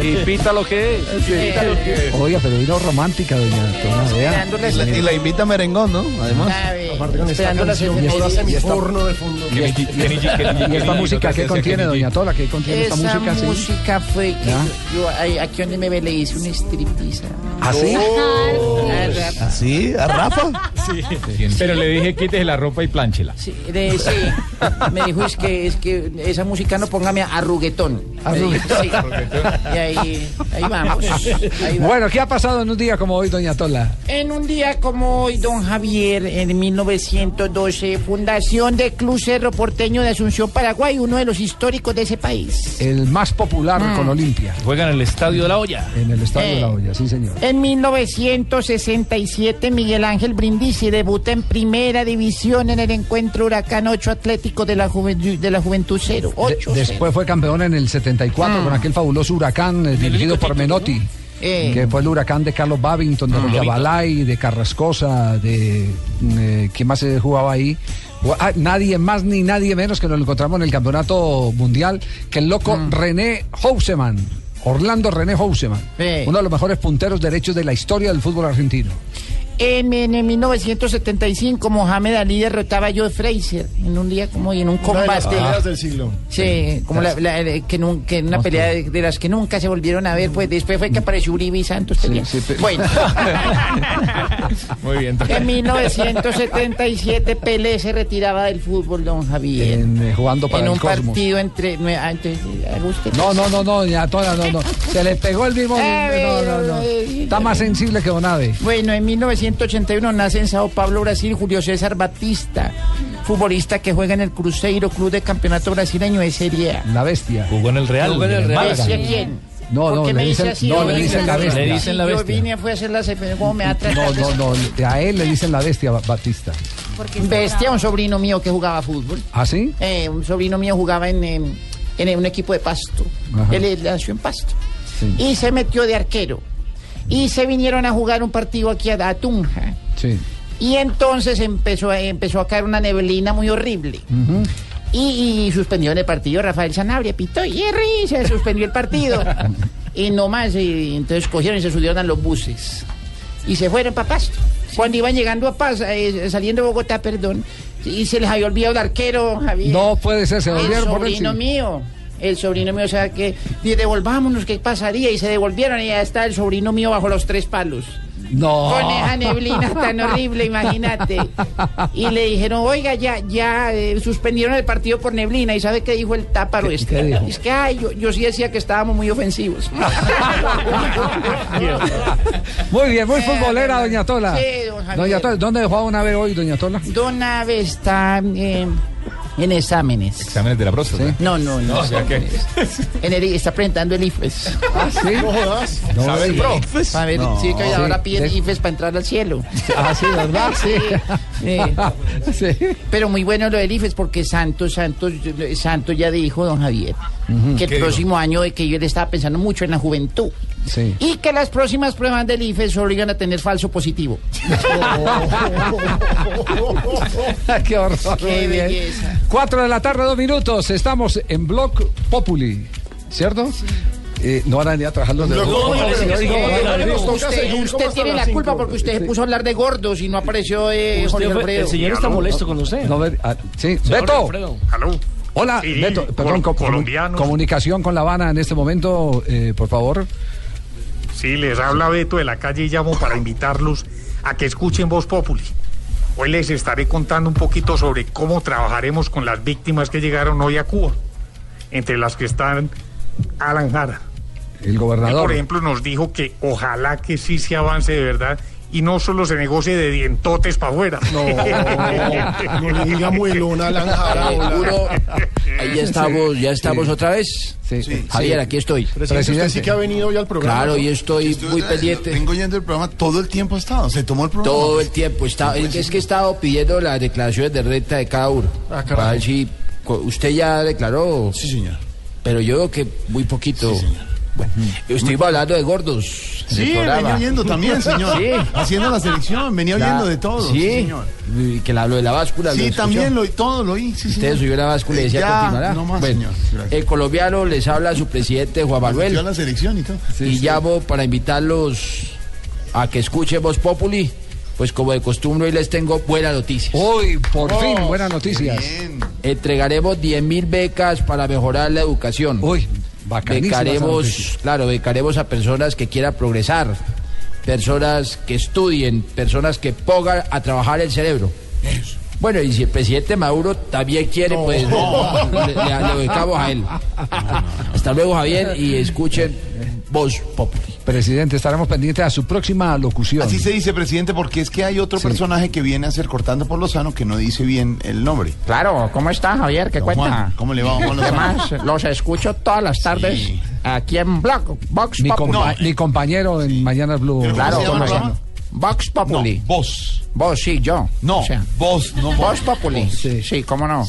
Y pita lo que es. pita lo que es. Oiga, pero vino romántica, doña Torla. vea. Y la, y la invita a merengón, ¿no? Además. Sabe, Aparte con esta esperando la canción que señal. ahora Y mi esta- porno de fondo. Y esta- y esta música que contiene, doña Tola, que contiene esta Esa música, sí. música fue que ¿Ya? yo, yo ahí- aquí donde me ve le hice un striptease. ¿Ah, sí? A Rafa. ¿Ah, ¿Así? ¿A Rafa? Pero le dije, quítese la ropa y plánchela. De- sí. Me dijo, es que, es que esa música no póngame a ruguetón. A Me dijo, ruguetón. sí. Y ahí, ahí vamos. Ahí vamos. Bueno, ¿qué ha pasado en un día como hoy, doña Tola? En un día como hoy, don Javier, en 1912, fundación de Club Cerro Porteño de Asunción, Paraguay, uno de los históricos de ese país. Mm. El más popular con Olimpia. Juegan en el Estadio de la Olla. En el Estadio Eh. de la Olla, sí, señor. En 1967, Miguel Ángel Brindisi debuta en primera división en el encuentro Huracán 8 Atlético de la, Juventud- de la Juventud 0. De- 8 después fue campeón en el 74 con aquel fabuloso huracán eh, dirigido por Menotti. Eh. Que fue el huracán de Carlos Babington, de Royabalay, de Carrascosa, de. eh, ¿Quién más se jugaba ahí? Ju- ah, nadie más ni nadie menos que nos lo encontramos en el campeonato mundial que el loco René Houseman. Orlando René Houseman. Eh. Uno de los mejores punteros derechos de la historia del fútbol argentino. En, en 1975, Mohamed Ali derrotaba a Joe Fraser en un día como hoy, en un Una de las combate. peleas Ah. del siglo. Sí, como la- la- eh, que, nun- que en una pelea de, de las que nunca se volvieron a ver, pues después fue que apareció Uribe y Santos. también. Bueno. Muy bien. En 1977 Pelé se retiraba del fútbol, don Javier. En, eh, jugando para en el un Cosmos. partido entre... me- ah, entonces, ¿a usted? No, no, no, no, doña Tola, no, no. Se le pegó el mismo. Ay, No, no, no. Está más sensible que Donave. Bueno, en 1981 nace en Sao Paulo, Brasil, Julio César Batista, futbolista que juega en el Cruzeiro Club de Campeonato Brasileño de Serie A. La bestia. Jugó en el Real, Jugó en el en el Real. Málaga. ¿Ese a quién? No, no, ¿Por le qué me dice dicen, así? no, Yo le vine dicen a- la bestia. Yo vine fue a hacer la ¿cómo me ha No, tratado? no, no, a él le dicen la bestia Ba- Batista. Bestia, un sobrino mío que jugaba fútbol. ¿Ah, sí? Eh, un sobrino mío jugaba en, em, en un equipo de Pasto. Ajá. Él eh, nació en Pasto. Y se metió de arquero. Y se vinieron a jugar un partido aquí a, a Tunja. Sí. Y entonces empezó, a- empezó a caer una neblina muy horrible. Y, y suspendieron el partido Rafael Sanabria, pitó y errí, se suspendió el partido. y no más, y entonces cogieron y se subieron a los buses. Y se fueron para Pasto. Cuando iban llegando a Pasto, eh, saliendo de Bogotá, perdón, y se les había olvidado el arquero, Javier. No puede ser, se El volvieron por él. sobrino mío. El sobrino mío, o sea, que y devolvámonos, ¿qué pasaría? Y se devolvieron y ya está el sobrino mío bajo los tres palos. Oh. No. Con esa neblina tan horrible, imagínate. Y le dijeron, oiga, ya, ya eh, suspendieron el partido por neblina. ¿Y sabe qué dijo el táparo este? qué dijo? Es que, ay, yo, yo sí decía que estábamos muy ofensivos. Muy bien, muy futbolera, doña Tola. Sí, don Javier. Doña Tola, ¿dónde dejó a Donave hoy, doña Tola? Don Ave está eh, En exámenes. Exámenes de la próstata. No, no, no. o sea que- En el- está presentando el E IFES. Ah, sí. No jodas. No, ¿Sabe el sí. pro? A ver, No. sí, que Sí. ahora piden De- IFES para entrar al cielo. Ah, sí, ¿verdad? Sí. Sí. Pero muy bueno lo del IFES porque Santos, Santos, Santos ya dijo, don Javier, que el ¿Qué dijo? próximo año eh, que yo le estaba pensando mucho en la juventud. Sí. Y que las próximas pruebas del IFES obligan a tener falso positivo. Qué horror. Qué muy bien. belleza. Cuatro de la tarde, dos minutos. Estamos en Blog Populi, ¿cierto? Eh, no harán ya trabajar los de No, Blog no, Populi. no, no, Oiga, no, oiga, no, oiga. no, Usted- Usted, Eh, usted tiene la culpa porque usted se puso a hablar de gordos y no apareció eh, Usted Jorge fue- Alfredo. el señor está molesto con usted. No, ver, ah, sí. Señor Beto. Alfredo. Hola, Sí, Beto. Perdón, col- co- colombianos. comunicación con La Habana en este momento, eh, por favor. Sí, les habla Beto de la calle y llamo para invitarlos a que escuchen Voz Populi. Hoy les estaré contando un poquito sobre cómo trabajaremos con las víctimas que llegaron hoy a Cuba, entre las que están Alan Jara. El Él, gobernador. por em- ejemplo, nos dijo que ojalá que sí se avance de verdad y no solo se negocie de dientotes para afuera. No, no le diga muelona a la Jara, hola. Seguro. Ahí ya estamos, ya estamos otra vez. Javier, aquí estoy. Presidente, usted sí que ha venido hoy al programa. Claro, y estoy muy otra vez, pendiente. Vengo yendo el programa, todo el tiempo ha estado, se tomó el programa. Todo el tiempo, está, es, es que he estado pidiendo las declaraciones de renta de cada uno. Para ver si co- usted ya declaró. Sí, señor. Pero yo veo que muy poquito. Bueno, usted iba hablando de gordos. en el Sí, programa. venía oyendo también, señor. Sí. Haciendo la selección, venía oyendo La- de todo. Sí, señor. Y que la- lo de la báscula. Sí, escuchó? también lo, todo lo oí. Sí, Usted señor. subió la báscula y decía Ya, continuará. No más, Bueno, señor. el colombiano les habla a su presidente Juan Manuel. Asistió a la selección y todo. y llamo para invitarlos a que escuchen Voz Populi. Pues como de costumbre hoy les tengo buenas noticias. Hoy, por Oh, fin, buenas noticias. Entregaremos 10 mil becas para mejorar la educación. Hoy, bacanísimas becaremos, noticias. claro, becaremos a personas que quieran progresar, personas que estudien, personas que pongan a trabajar el cerebro. Bueno, y si el presidente Maduro también quiere, pues le, le- le becamos a él. Hasta luego, Javier, y escuchen Voz Populi. Presidente, estaremos pendientes a su próxima locución. Así se dice, presidente, porque es que hay otro personaje que viene a ser cortando por Lozano que no dice bien el nombre. Claro, ¿cómo está Javier? ¿Qué Don cuenta? Juan, ¿cómo le va, don Juan Lozano? Además, los escucho todas las tardes aquí en Blog, Vox Mi, Populi. compa- eh, mi compañero en Mañana Blue. Claro, ¿cómo ¿cómo se se llama? llama? Vox Populi. vos. Vos, sí, yo. No, vos, no vos. Vox Populi. Sí. cómo no.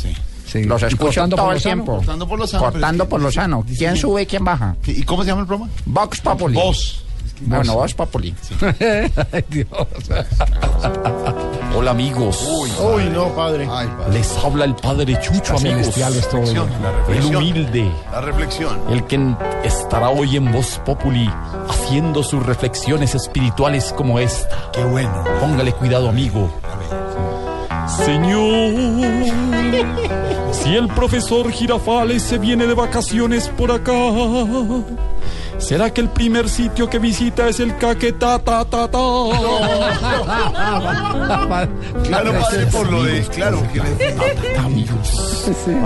Los escucho cortando todo por el Lozano? tiempo. Cortando por Lozano, Cortando pero por Lozano. ¿Quién sube y quién baja? ¿Y cómo se llama el programa? Vox Populi. Vox. Bueno, Vox Populi. Ay, Dios. Hola amigos. Uy, no, padre. Les habla el Padre Chucho, La amigos. celestial es todo. La el reflexión. humilde. La reflexión. El que estará hoy en Voz Populi haciendo sus reflexiones espirituales como esta. Qué bueno. Póngale cuidado, amigo. Señor, si el profesor Girafales se viene de vacaciones por acá, ¿será que el primer sitio que visita es el Caquetá? Ta, ta, ta? Claro, padre, por lo de. Claro, que amigos.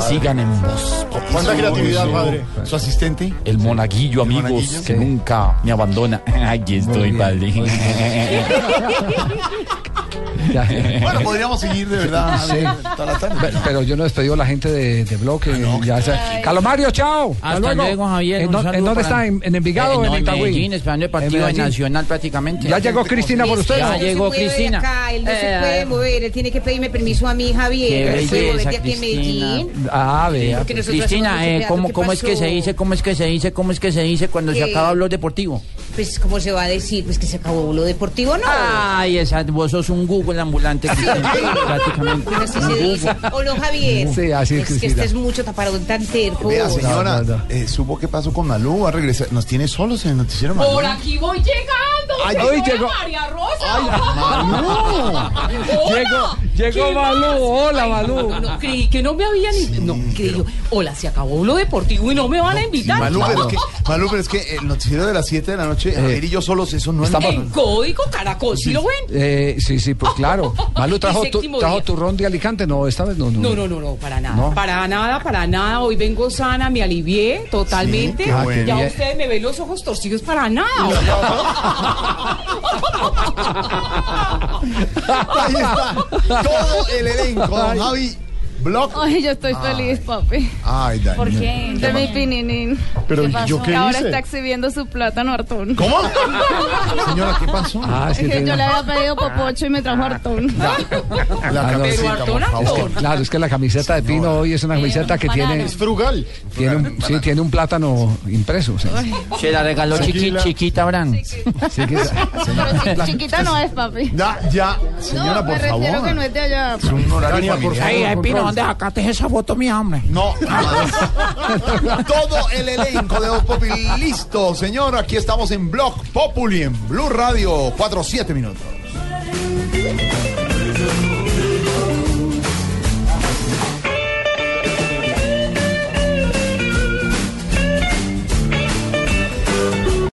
Sigan en Voz Populi. ¿Cuánta creatividad, Su- padre? Su asistente. El monaguillo, amigos, que nunca me abandona. Aquí estoy, padre. Bueno, podríamos seguir de verdad. Sí. Hasta la tarde. Ah, Pe- Pero yo no despedí a la gente de, de Bloque. ya se- Calomario, chao. Ah, Hasta luego, Javier. ¿En, Un dó- saludo en dónde para- está? ¿En, en Envigado o Eh, no, en en Itagüí? Medellín, esperando el partido de Medellín. Nacional prácticamente. Ya llegó Cristina por usted. Ya No se llegó puede de Cristina. acá, él no se Eh, puede mover, él tiene que pedirme permiso a mí, Javier. Qué Sí, belleza, vete aquí en Cristina. Medellín. Ah, vea. Porque nosotros Cristina, hacemos eh, mucho ¿cómo, teatro, cómo ¿qué es que pasó? se dice? ¿Cómo es que se dice? ¿Cómo es que se dice cuando se ¿Qué? acaba lo deportivo? Pues, ¿cómo se va a decir? Pues que se acabó lo deportivo, ¿no? Ay, esa, vos sos un Google ambulante, Cristina, prácticamente. Pues así Un se Google. dice. ¿O no, Javier? Sí, así es, Es que Cristina. este es mucho taparón tan terco. Vea, señora, eh, supo qué pasó con Malú. Va a regresar. Nos tiene solos en el noticiero Malú. Por aquí voy llegando. Ay, señora hoy llegó. María Rosa. Malú. Hola. Llegó- llegó ¿Quién más? Malú, hola, Malú. No, no, creí que no me habían invitado. No, creí yo. Hola, se acabó lo deportivo y no me van a Sí, invitar. Malú, pero es que, Malú, pero es que el noticiero de las 7 de la noche, Javier y yo solos, eso no es En código caracol, si lo ven? Eh, sí, sí, pues claro. Malu, Y ¿trajo, tu, séptimo trajo día. turrón de Alicante? No, esta vez no. No, No, no, no, no, para nada. No. Para nada, para nada. Hoy vengo sana, me alivié totalmente. Sí, qué bueno. Ya ustedes me ven los ojos torcidos para nada. Ahí está. Todo el elenco, don Javi. Block. Ay, yo estoy feliz, papi. Ay, Daniel. ¿Por qué? De mi pininín. Pero, ¿y yo qué Ahora hice? está exhibiendo su plátano hartón. ¿Cómo? Señora, ¿qué pasó? Ah, Es que yo le había pedido popocho y me trajo hartón. La camiseta, por favor. Ah, Es que, claro, es que la camiseta de Pino hoy Eh, es una camiseta que banana. tiene. Es frugal. Tiene un, sí, tiene un plátano impreso. sí. Se la regaló chiqui, Tranquila. chiquita Bran. Sí que- Pero chi- chiquita no es, papi. Ya, ya. Señora, no, por me refiero favor. que no es de allá. Es un horario Tania, por familiar. favor, Ay, ay, por Pino, favor. ¿dónde sacaste esa foto mía, hombre? No. Todo el elenco de Voz Populi listo, señor. Aquí estamos en Blog Populi, en Blue Radio, 4-7 minutos.